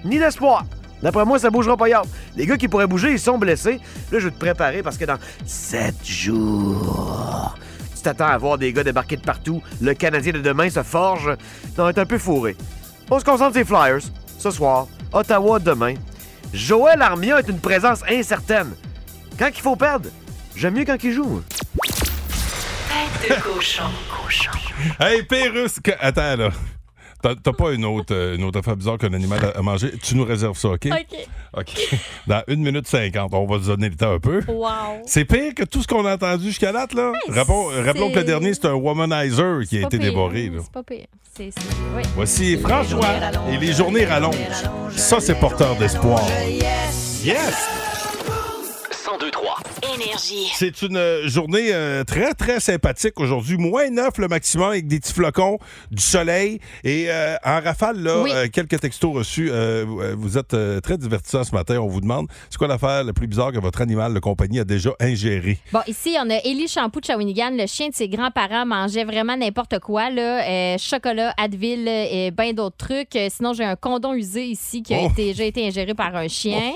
Ni d'espoir. D'après moi, ça bougera pas hier. Les gars qui pourraient bouger, ils sont blessés. Là, je vais te préparer parce que dans sept jours, Oh, tu t'attends à voir des gars débarquer de partout. Le Canadien de demain se forge. Non, est un peu fourré. On se concentre sur les Flyers. Ce soir, Ottawa demain. Joël Armia est une présence incertaine. Quand il faut perdre, j'aime mieux quand il joue.
Tête de cochon. cochon.
Hey, Pérus! que- Attends, là. T'as t'as pas une autre, euh, une autre affaire bizarre qu'un animal a- a mangé. Tu nous réserves ça, OK?
OK.
OK. Dans 1 minute 50, on va se donner le temps un peu.
Wow.
C'est pire que tout ce qu'on a entendu jusqu'à date, là.
Ouais,
rappelons,
c'est-
rappelons que le dernier, c'est un womanizer qui a
Pas
été
pire,
dévoré.
hein,
là.
C'est pas pire. C'est, c'est- oui.
Voici François et les journées rallonges. Ça, c'est porteur d'espoir. Yes!
102-3.
Énergie.
C'est une euh, journée euh, très, très sympathique aujourd'hui. Moins 9 le maximum avec des petits flocons, du soleil. Et euh, en rafale, là,
Oui.
euh, quelques textos reçus. Euh, vous- euh, vous êtes euh, très divertissants ce matin. On vous demande, c'est quoi l'affaire la plus bizarre que votre animal de compagnie a déjà ingérée?
Bon, ici, on a Élie Shampoo de Shawinigan. Le chien de ses grands-parents mangeait vraiment n'importe quoi. Là. Euh, chocolat, Advil euh, et bien d'autres trucs. Euh, sinon, j'ai un condom usé ici qui a
Oh.
été, déjà été ingéré par un chien.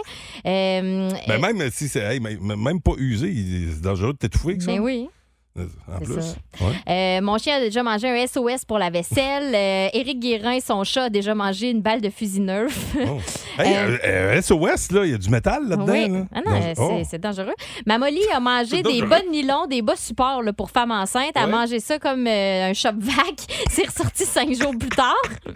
Euh,
Ben, même si c'est hey, même- même pas usé, il- c'est dangereux de t'étouffer avec ça.
Ben oui.
Euh, En
C'est
plus.
ça.
Ouais.
Euh, mon chien a déjà mangé un SOS pour la vaisselle. Euh, Éric Guérin, son chat, a déjà mangé une balle de fusil neuf.
Hey,
Euh,
euh, euh, SOS, là, il y a du métal là-dedans.
Oui.
là.
Ah non,
Dans-
euh, c'est,
Oh.
c'est dangereux. Mamoli a mangé
C'est
des
dangereux.
bonnes nylons, des bas supports là, pour femmes enceintes. Elle a
Ouais.
mangé ça comme euh, un shop vac. C'est ressorti cinq jours plus tard.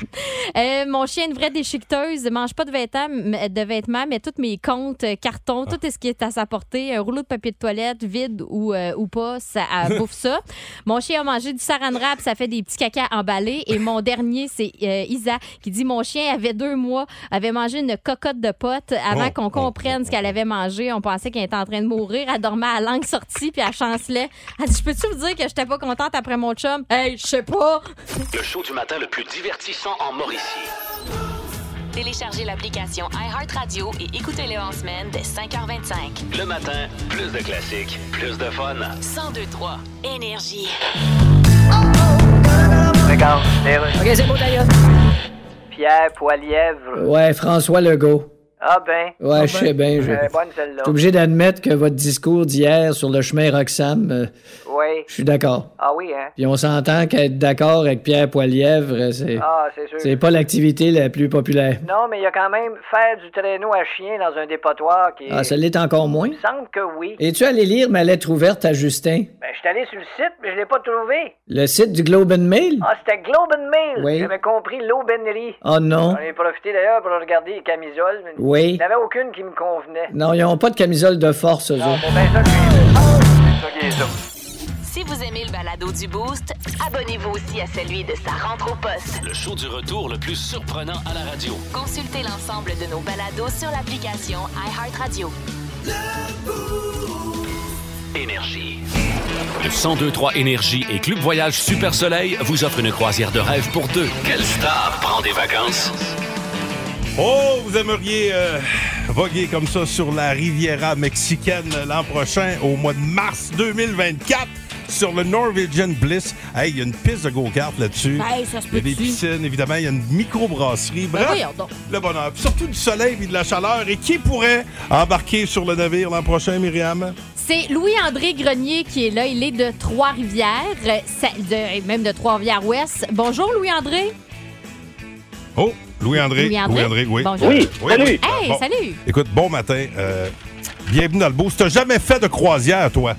Euh, mon chien, une vraie déchiqueteuse, ne mange pas de vêtements, mais- de vêtements, mais tous mes comptes, euh, cartons,
Ah.
tout ce qui est à sa portée, un rouleau de papier de toilette, vide ou, euh, ou pas, ça elle bouffe ça. Mon chien a mangé du saran wrap, ça fait des petits caca emballés. Et mon dernier, c'est euh, Isa, qui dit Mon chien avait deux mois, avait mangé une cocotte de pote avant
Oh.
qu'on comprenne ce qu'elle avait mangé. On pensait qu'elle était en train de mourir. Elle dormait à langue sortie, puis elle chancelait. Elle dit Je peux-tu vous dire que j'étais pas contente après mon chum Hey, je sais pas.
Le show du matin le plus divertissant en Mauricie.
Téléchargez l'application iHeartRadio et écoutez-le en semaine dès 5h25.
Le matin, plus de classiques, plus de fun.
1023 Énergie.
D'accord.
OK, c'est beau, d'ailleurs.
Pierre Poilièvre.
Ouais, François Legault.
Ah ben.
Ouais, je sais bien. Je
Euh, bonne
je
celle-là.
suis obligé d'admettre que votre discours d'hier sur le chemin Roxham, euh,
Oui.
je suis d'accord.
Ah oui, hein?
Puis on s'entend qu'être d'accord avec Pierre Poilièvre, euh, c'est
Ah, c'est sûr.
c'est pas l'activité la plus populaire.
Non, mais il y a quand même faire du traîneau à chien dans un dépotoir qui est...
Ah, ça l'est encore moins.
Il me semble que oui.
Es-tu allé lire ma lettre ouverte à Justin?
Ben, je suis allé sur le site, mais je l'ai pas trouvé.
Le site du Globe and Mail?
Ah, c'était Globe and Mail.
Oui.
J'avais compris l'aubainerie.
Ah, non.
Ben J'en ai profité d'ailleurs pour regarder les camisoles. mais
Oui.
Il n'y en avait aucune qui me convenait. Ah, ben.
Non, ils n'ont pas de camisole de force, eux autres.
Si vous aimez le balado du Boost, abonnez-vous aussi à celui de sa rentre au poste.
Le show du retour le plus surprenant à la radio.
Consultez l'ensemble de nos balados sur l'application iHeartRadio.
Énergie. Le 1023 Énergie et Club Voyage Super Soleil vous offrent une croisière de rêve pour deux. Quelle star prend des vacances?
Oh, vous aimeriez euh, voguer comme ça sur la Riviera mexicaine l'an prochain, au mois de mars 2024, sur le Norwegian Bliss. Hey, il y a une piste de go-kart là-dessus.
Hey, ça se
Il y a des
peut-tu?
piscines, évidemment. Il y a une microbrasserie.
Ben
Bref,
voyons donc.
le bonheur. Puis surtout du soleil et de la chaleur. Et qui pourrait embarquer sur le navire l'an prochain, Myriam?
C'est Louis-André Grenier qui est là. Il est de Trois-Rivières, euh, ça- de- et même de Trois-Rivières-Ouest. Bonjour, Louis-André.
Oh, Louis-André.
Louis-André?
Louis-André, oui.
Bonjour.
Oui, oui,
Salut.
oui.
Hey,
Bon.
salut.
Écoute, bon matin. euh, bienvenue dans le beau. Tu n'as jamais fait de croisière, toi?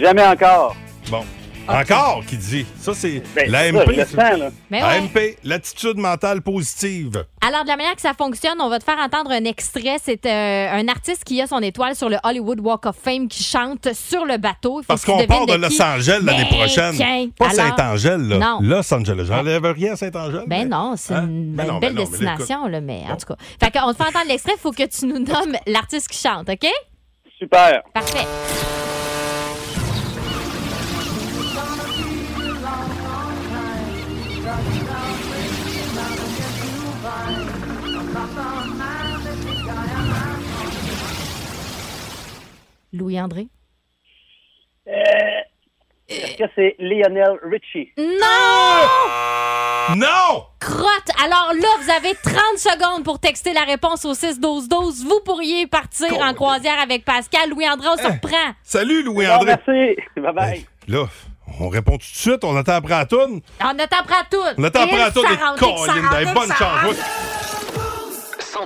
Jamais encore.
Bon. Encore, qui dit. Ça, c'est
Ben,
la
c'est ça,
MP.
je
ça.
le sens, là. Ah. Mais ouais.
AMP, l'attitude mentale positive.
Alors, de la manière que ça fonctionne, on va te faire entendre un extrait. C'est euh, un artiste qui a son étoile sur le Hollywood Walk of Fame qui chante sur le bateau. Il faut
Parce
que tu
qu'on
devines
part de
qui.
Los Angeles l'année
Ben,
prochaine.
tiens,
Pas
alors-
Saint-Angèle, là.
Non.
Los Angeles. J'enlève rien à Saint-Angèle.
Ben non, c'est une
Ben
une
non,
belle
ben non, mais l'écoute.
destination, là, mais en tout cas. Fait qu'on te fait entendre l'extrait, il faut que tu nous nommes l'artiste qui chante, OK?
Super.
Parfait. Louis-André?
Euh.
Est-ce que c'est Lionel Richie?
Non!
Non!
Crotte! Alors là, vous avez 30 secondes pour texter la réponse au 6-12-12. Vous pourriez partir en croisière avec Pascal. Louis-André, on se
Hein?
reprend.
Salut,
Ah.
Louis-André.
Merci. Bye-bye.
Là, on répond tout de suite. On attend après la toune.
Ah, On attend après à tout.
On attend
Il
après la toune.
s'arrête,
Et
il
Colin,
s'arrête,
hey, bonne
il
chance.
s'arrête.
oui.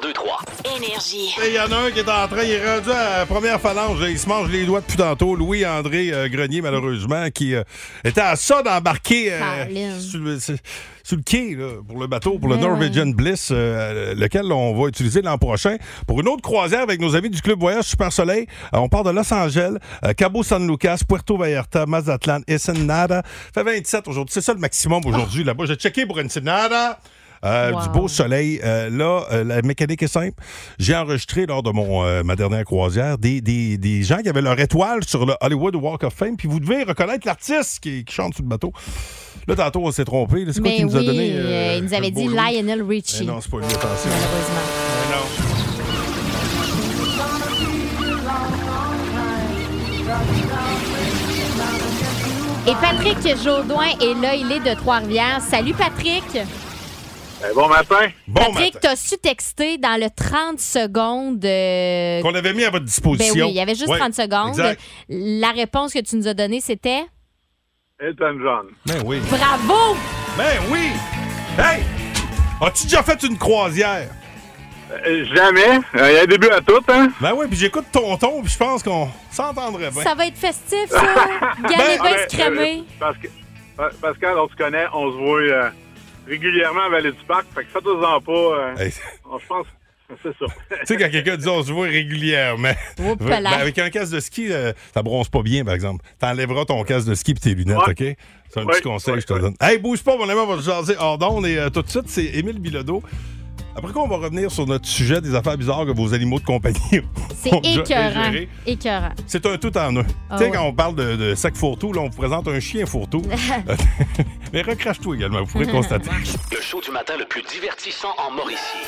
1023.
Énergie.
Il y en a un qui est en train, il est rendu à la première phalange, il se mange les doigts depuis tantôt. Louis-André euh, Grenier, malheureusement, qui euh, était à ça d'embarquer euh,
Caroline.
sur, le- sur- sur le quai là, pour le bateau, pour le
Mais
Norwegian Bliss, euh, lequel on va utiliser l'an prochain pour une autre croisière avec nos amis du Club Voyage Super Soleil. Euh, on part de Los Angeles, euh, Cabo San Lucas, Puerto Vallarta, Mazatlan, Ensenada. fait 27 aujourd'hui, c'est ça le maximum aujourd'hui
Ah.
là-bas. J'ai checké pour Ensenada. Euh,
Wow.
Du beau soleil. Euh, là, euh, la mécanique est simple. J'ai enregistré lors de mon, euh, ma dernière croisière des, des- des gens qui avaient leur étoile sur le Hollywood Walk of Fame. Puis vous devez reconnaître l'artiste qui, qui chante sur le bateau. Là, tantôt, on s'est trompé. là. C'est quoi
Mais
qu'il nous a
oui,
donné? euh,
euh, il nous avait
quel beau
dit
loup?
Lionel
Eh
Richie.
non, c'est pas lui, attention.
Malheureusement.
Eh non.
Et Patrick Jaudoin est là, il est de Trois-Rivières. Salut Patrick.
Eh,
bon matin.
Patrick, t'as su texter dans le 30 secondes. euh,
Qu'on avait mis à votre
Ben
disposition.
oui, il y avait juste
Ouais,
30 secondes.
exact.
La réponse que tu nous as donnée, c'était
Elton John.
Ben oui.
Bravo!
Ben oui! Hey! As-tu déjà fait une croisière?
Euh, jamais. Il y a un début à tout, hein?
Ben oui, puis j'écoute ton ton, puis je pense qu'on s'entendrait bien.
Ça va être festif, ça! Galé
Ben,
se cramer.
Parce que, Pa- Pascal, on se connaît, on se voit euh, régulièrement à Vallée du Parc. Fait que faites-en pas. euh,
Hey.
on- Je pense. C'est ça.
Tu sais, quand quelqu'un dit on se voit régulièrement.
Oups là.
Ben, avec un casque de ski, euh, ça bronze pas bien, par exemple. T'enlèveras ton casque de ski et tes lunettes,
Ouais.
OK? C'est un
Ouais,
petit conseil que je te donne. Hey, bouge pas, mon ami, on va se jaser hors d'onde. Et euh, tout de suite, c'est Émile Bilodeau. Après quoi, on va revenir sur notre sujet des affaires bizarres que vos animaux de compagnie
C'est
ont déjà
écœurant.
ingérées.
Écœurant.
C'est un tout en un.
Ah
tu sais,
ouais.
quand on parle de, de sac fourre-tout, là, on vous présente un chien fourre-tout. Mais recrache-toi également, vous pourrez constater.
Le show du matin le plus divertissant en Mauricie.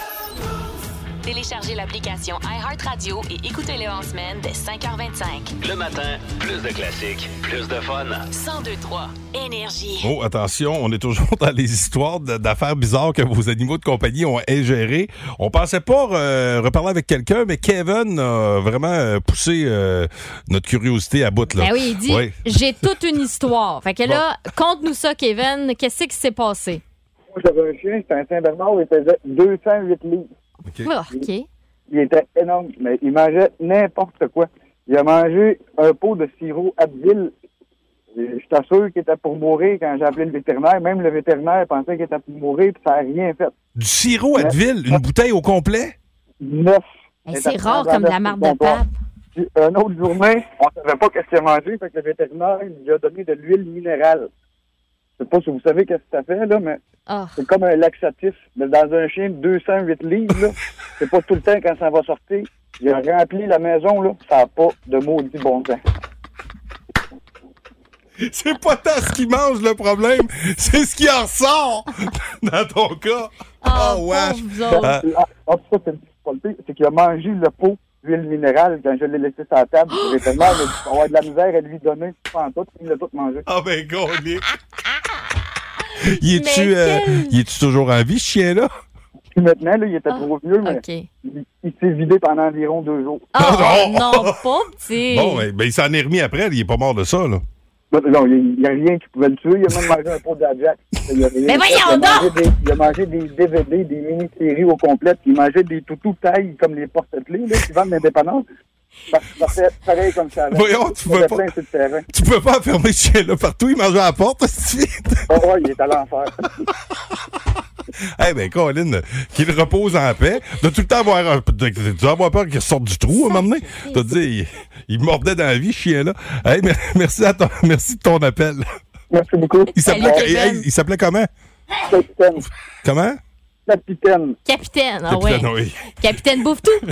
Téléchargez l'application iHeartRadio et écoutez-le en semaine dès 5h25.
Le matin, plus de classiques, plus de fun.
1023 Énergie.
Oh, attention, on est toujours dans les histoires de- d'affaires bizarres que vos animaux de compagnie ont ingérées. On pensait pas euh, reparler avec quelqu'un, mais Kevin a vraiment euh, poussé euh, notre curiosité à bout. Là.
Ben oui, il dit
Ouais.
J'ai toute une histoire. Fait que là, conte-nous ça, Kevin. Qu'est-ce qui s'est passé?
Moi, j'avais un chien, c'était un Saint-Bernard, il faisait 208 livres.
Ah, OK.
Il était énorme, mais il mangeait n'importe quoi. Il a mangé un pot de sirop Advil. Et Je t'assure qu'il était pour mourir quand j'ai appelé le vétérinaire. Même le vétérinaire pensait qu'il était pour mourir, puis ça n'a rien fait.
Du sirop Advil, une bouteille au complet?
Neuf. Il
Hey, Eh, c'est
était
rare
dans
comme de la
neuf
marde
sur
de
le comptoir.
pape.
Puis, une autre journée, on savait pas qu'est-ce qu'il a mangé, fait que le vétérinaire lui a donné de l'huile minérale. Je sais pas si vous savez qu'est-ce que ça fait, là, mais
Ah.
c'est comme un laxatif. Mais dans un chien de 208 livres, là, c'est pas tout le temps quand ça va sortir. Il a rempli la maison, là, ça n'a pas de maudit bon sens.
C'est pas tant ce qu'il mange le problème, c'est ce qui en ressort dans ton cas.
Oh,
wesh! Ah, ah, ça, c'est une petite folie, c'est qu'il a mangé le pot d'huile minérale quand je l'ai laissé sur la table.
Ah.
Le vétérinaire m'a dit, On va avoir de la misère à lui donner, pas en tout, il l'a tout mangé.
Ah ben, golique! Il est-tu
Mais
euh,
quel-
il est-tu toujours en vie, ce chien-là?
Puis maintenant, là, il
Ah.
était trop vieux, mais il, il s'est vidé pendant environ deux jours.
Oh, non, pas petit.
Bon, ben, ben, il s'en est remis après, il est pas mort de ça, là.
Non, il n'y a rien qui pouvait le tuer. Il a même mangé un pot d'Ajax. Il a rien
Mais
fait.
voyons
il a mangé des- Il a mangé des DVD, des mini-séries au complet. puis Il mangeait des toutous tailles comme les porte-clés là, qui vendent l'indépendance. Par- parfait, Pareil comme ça. là.
Voyons, tu
Il y
veux
avait
pas-
plein sur le terrain.
Tu peux pas fermer ce chien-là partout, il mange à la porte. hostie.
Ah ouais, il est à l'enfer.
Eh ben, Colin, qu'il repose en paix. De tout le temps avoir, de- de- de avoir peur qu'il sorte du trou à un moment donné. T'as dit, il, il mordait dans la vie, ce chien-là. Eh, mais- merci, à ton, merci de ton appel.
Merci beaucoup.
Il s'appelait,
Salut,
eh,
Kevin.
eh, il s'appelait comment?
Capitaine.
Comment?
Capitaine.
Capitaine, ah ouais.
Capitaine, oui.
Capitaine bouffe tout.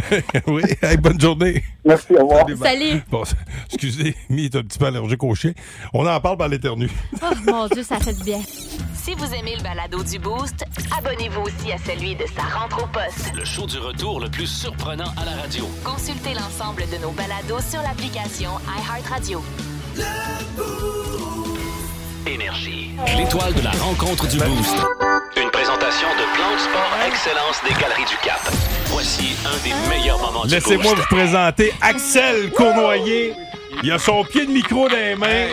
oui, hey, bonne journée.
Merci, au revoir.
Salut.
Bon, excusez, Mi est un petit peu allergique au chien. On en parle par l'éternue.
Oh mon Dieu, ça fait du bien.
Si vous aimez le balado du Boost, abonnez-vous aussi à celui de sa rentre au poste.
Le show du retour le plus surprenant à la radio.
Consultez l'ensemble de nos balados sur l'application iHeartRadio.
Énergie. L'étoile de la rencontre du Boost. Une présentation de Plan de Sport Excellence des Galeries du Cap. Voici un des meilleurs moments du
Laissez-moi
Boost.
vous présenter Axel Cournoyer. Il a son pied de micro dans les mains.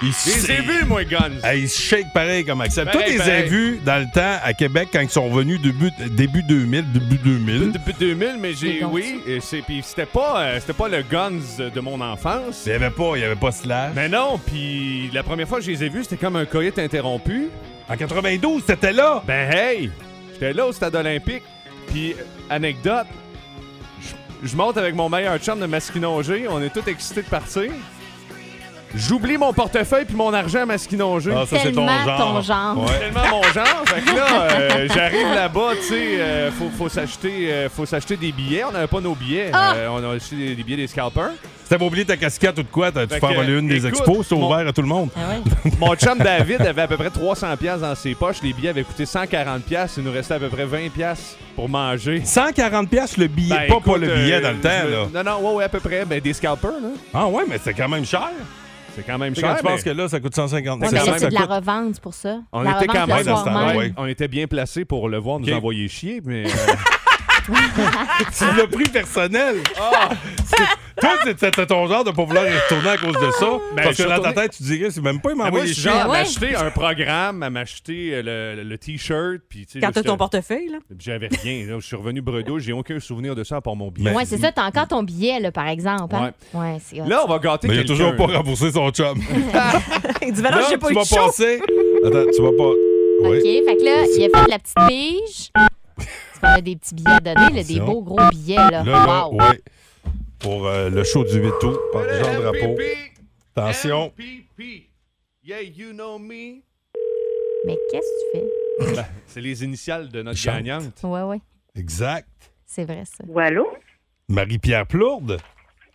Il
les ai vus, moi, Guns.
Hey, il se shake pareil comme Axel.
Pareil,
Toi, tu les as
pareil.
vus dans le temps à Québec quand ils sont venus début, début 2000, début 2000.
Depuis 2000, mais j'ai. Oui, et c'est- puis c'était pas, euh, c'était pas le Guns de mon enfance.
Il n'y avait pas, il y avait pas Slash.
Mais non, puis la première fois que je les ai vus, c'était comme un coït interrompu.
En 92, t'étais là!
Ben hey! J'étais là au stade olympique. Puis, euh, anecdote, je- je monte avec mon meilleur chum de masquinongé. On est tous excités de partir. J'oublie mon portefeuille puis mon argent à masquinongé.
Ah, ça, c'est ton Tellement genre. ton genre. Ouais.
Tellement mon genre. Fait que là, euh, j'arrive là-bas, tu sais, euh, faut, faut s'acheter euh, faut s'acheter des billets. On n'avait pas nos billets.
Ah!
Euh, on a acheté des, des billets des scalpers.
Si t'avais oublié ta casquette ou de quoi, t'as- tu
Fait
fais
que,
voler une des
écoute,
expos, c'est
mon-
ouvert à tout le monde.
Mon chum David avait à peu près 300 pièces dans ses poches. Les billets avaient coûté 140 pièces. Il nous restait à peu près 20 pièces pour manger.
140 pièces le billet,
Ben,
pas, pas
écoute,
le billet
euh,
dans le temps,
je me-
là.
Non, non, ouais, ouais, à peu près. Ben, des scalpers, là.
Ah ouais, mais c'est quand même cher.
C'est quand même
Tu sais,
cher,
Quand tu penses que
mais-
là, ça coûte 150
Ouais,
C'est
mais
quand même-
Ben, c'est de
ça
la
coûte-
revente, c'est pour ça.
On
la
était
revente
quand
le
même
soir même.
ouais, On était bien placés pour le voir nous
Ok.
envoyer chier, mais. euh,
C'est le prix personnel.
Ah.
C'est- Toi, c'est- c'était ton genre de pas vouloir y retourner à cause de ça.
Ben,
parce
je
que
suis
dans ta
retourné-
tête, tu dirais, c'est même pas, il m'a
Ah, moi,
envoyé
je suis
chier.
genre à m'acheter un programme, à m'acheter euh, le, le- le T-shirt. puis, tu sais,
Quand t'as
j'étais-
ton portefeuille, là.
J'avais rien. là. Je suis revenu bredouille, j'ai aucun souvenir de ça à part mon billet.
Ouais, c'est ça. T'as encore ton billet, là, par exemple. hein? Ouais, c'est
Là, on va gâter
Mais il a
quelqu'un.
toujours pas remboursé son chum.
Il
Ben
dit,
Là, tu vas passer. Attends, tu vas pas.
OK,
Oui.
fait que là, il a fait de la petite pige. Parce qu'on a des petits billets à donner, là, des
Attention.
beaux gros billets. Là,
Là, là,
wow.
ouais. Pour euh, le show du 8 août, par Jean Drapeau. Attention.
Yeah, you know me.
Mais qu'est-ce que tu
Ben, c'est les initiales de notre
Chante.
gagnante.
fais? Ouais, ouais.
Exact.
C'est vrai, ça.
Ouais, allô?
Marie-Pierre Plourde,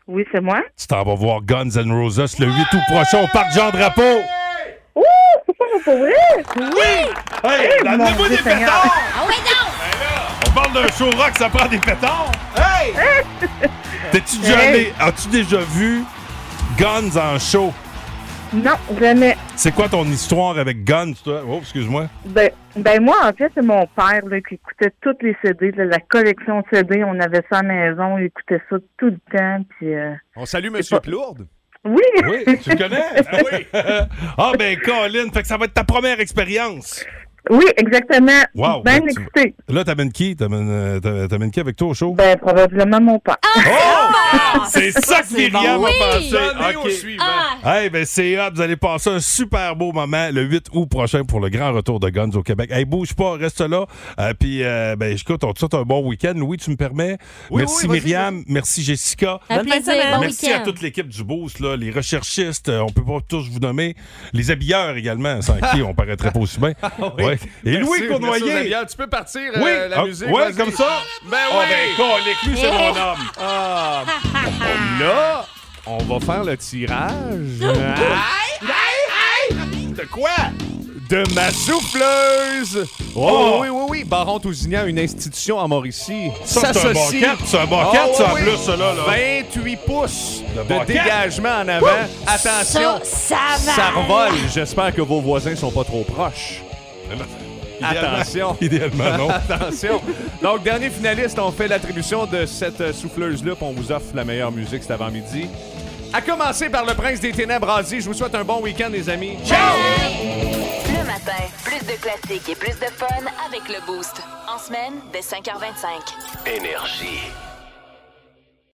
Oui, c'est moi.
tu t'en vas voir Guns N' Roses le 8 août prochain au parc Jean Drapeau.
Ouh, c'est pour vrai? Oui!
Hey,
Eh,
la
mon
nouveau
Dieu
des
Seigneur.
pétards! Ben On parle d'un show rock, ça prend des pétards! Hey! T'es-tu déjà
Hey.
allé- As-tu déjà vu Guns en show?
Non, jamais.
C'est quoi ton histoire avec Guns, toi? Oh, excuse-moi.
Ben, ben moi, en fait, c'est mon père là, qui écoutait tous les CD, là, la collection de CD. On avait ça à la maison, il écoutait ça tout le temps. Puis, euh,
On salue Monsieur Plourde.
Oui!
Oui, tu le connais?
Ben
Ah oui! ah ben, Colin, fait que ça va être ta première expérience.
Oui, exactement.
Wow!
ben
Fait que tu-
excité.
Là, t'amènes qui? T'amènes euh, t'a- t'amènes qui avec toi au show? Oh!
Ben, probablement mon père.
C'est ça que Myriam
bon.
a
Oui.
pensé.
Donnez
Ok.
au suivant.
Hey, ben c'est hop, vous allez passer un super beau moment le 8 août prochain pour le grand retour de Guns au Québec. Hey, bouge pas, reste là. Euh, Puis, euh, ben, écoute, on te souhaite un bon week-end. Louis, tu me permets? merci Myriam, merci Jessica.
Un Bonne fin de plaisir, semaine. bon
merci
week-end.
à toute l'équipe du Boost, là, les recherchistes, euh, on peut pas tous vous nommer. Les habilleurs également, sans qui on paraîtrait pas aussi
Ah
bien. Ouais. Et
Merci,
Louis
merci aux
Cournoyer.
avions. Tu peux partir
Oui,
euh, la
ah,
musique.
ouais,
vas-y.
comme ça.
Ben
Ah,
oui.
ben, colique, lui, c'est mon homme.
Ah. Bon, là, on va faire le tirage.
De quoi?
De ma souffleuse! Oh,
Oh!
oui, oui, oui! Baron Tousignan, une institution en Mauricie.
Ça, c'est un
s'associe.
bon cap, c'est un bon cap, ça, en plus, ça, là, là.
28 pouces
De
de,
bon cap.
dégagement en avant.
Ouh!
Attention!
Ça, ça va.
revole. J'espère que vos voisins sont pas trop proches.
Idéalement-
Attention.
idéalement, non.
Attention. Donc, dernier finaliste, on fait l'attribution de cette euh, souffleuse-là, puis on vous offre la meilleure musique cet avant-midi. À commencer par le prince des ténèbres, Asie. Je vous souhaite un bon week-end, les amis. Ciao!
Le matin, plus de classiques et plus de fun avec le Boost. En semaine, dès 5h25.
Énergie.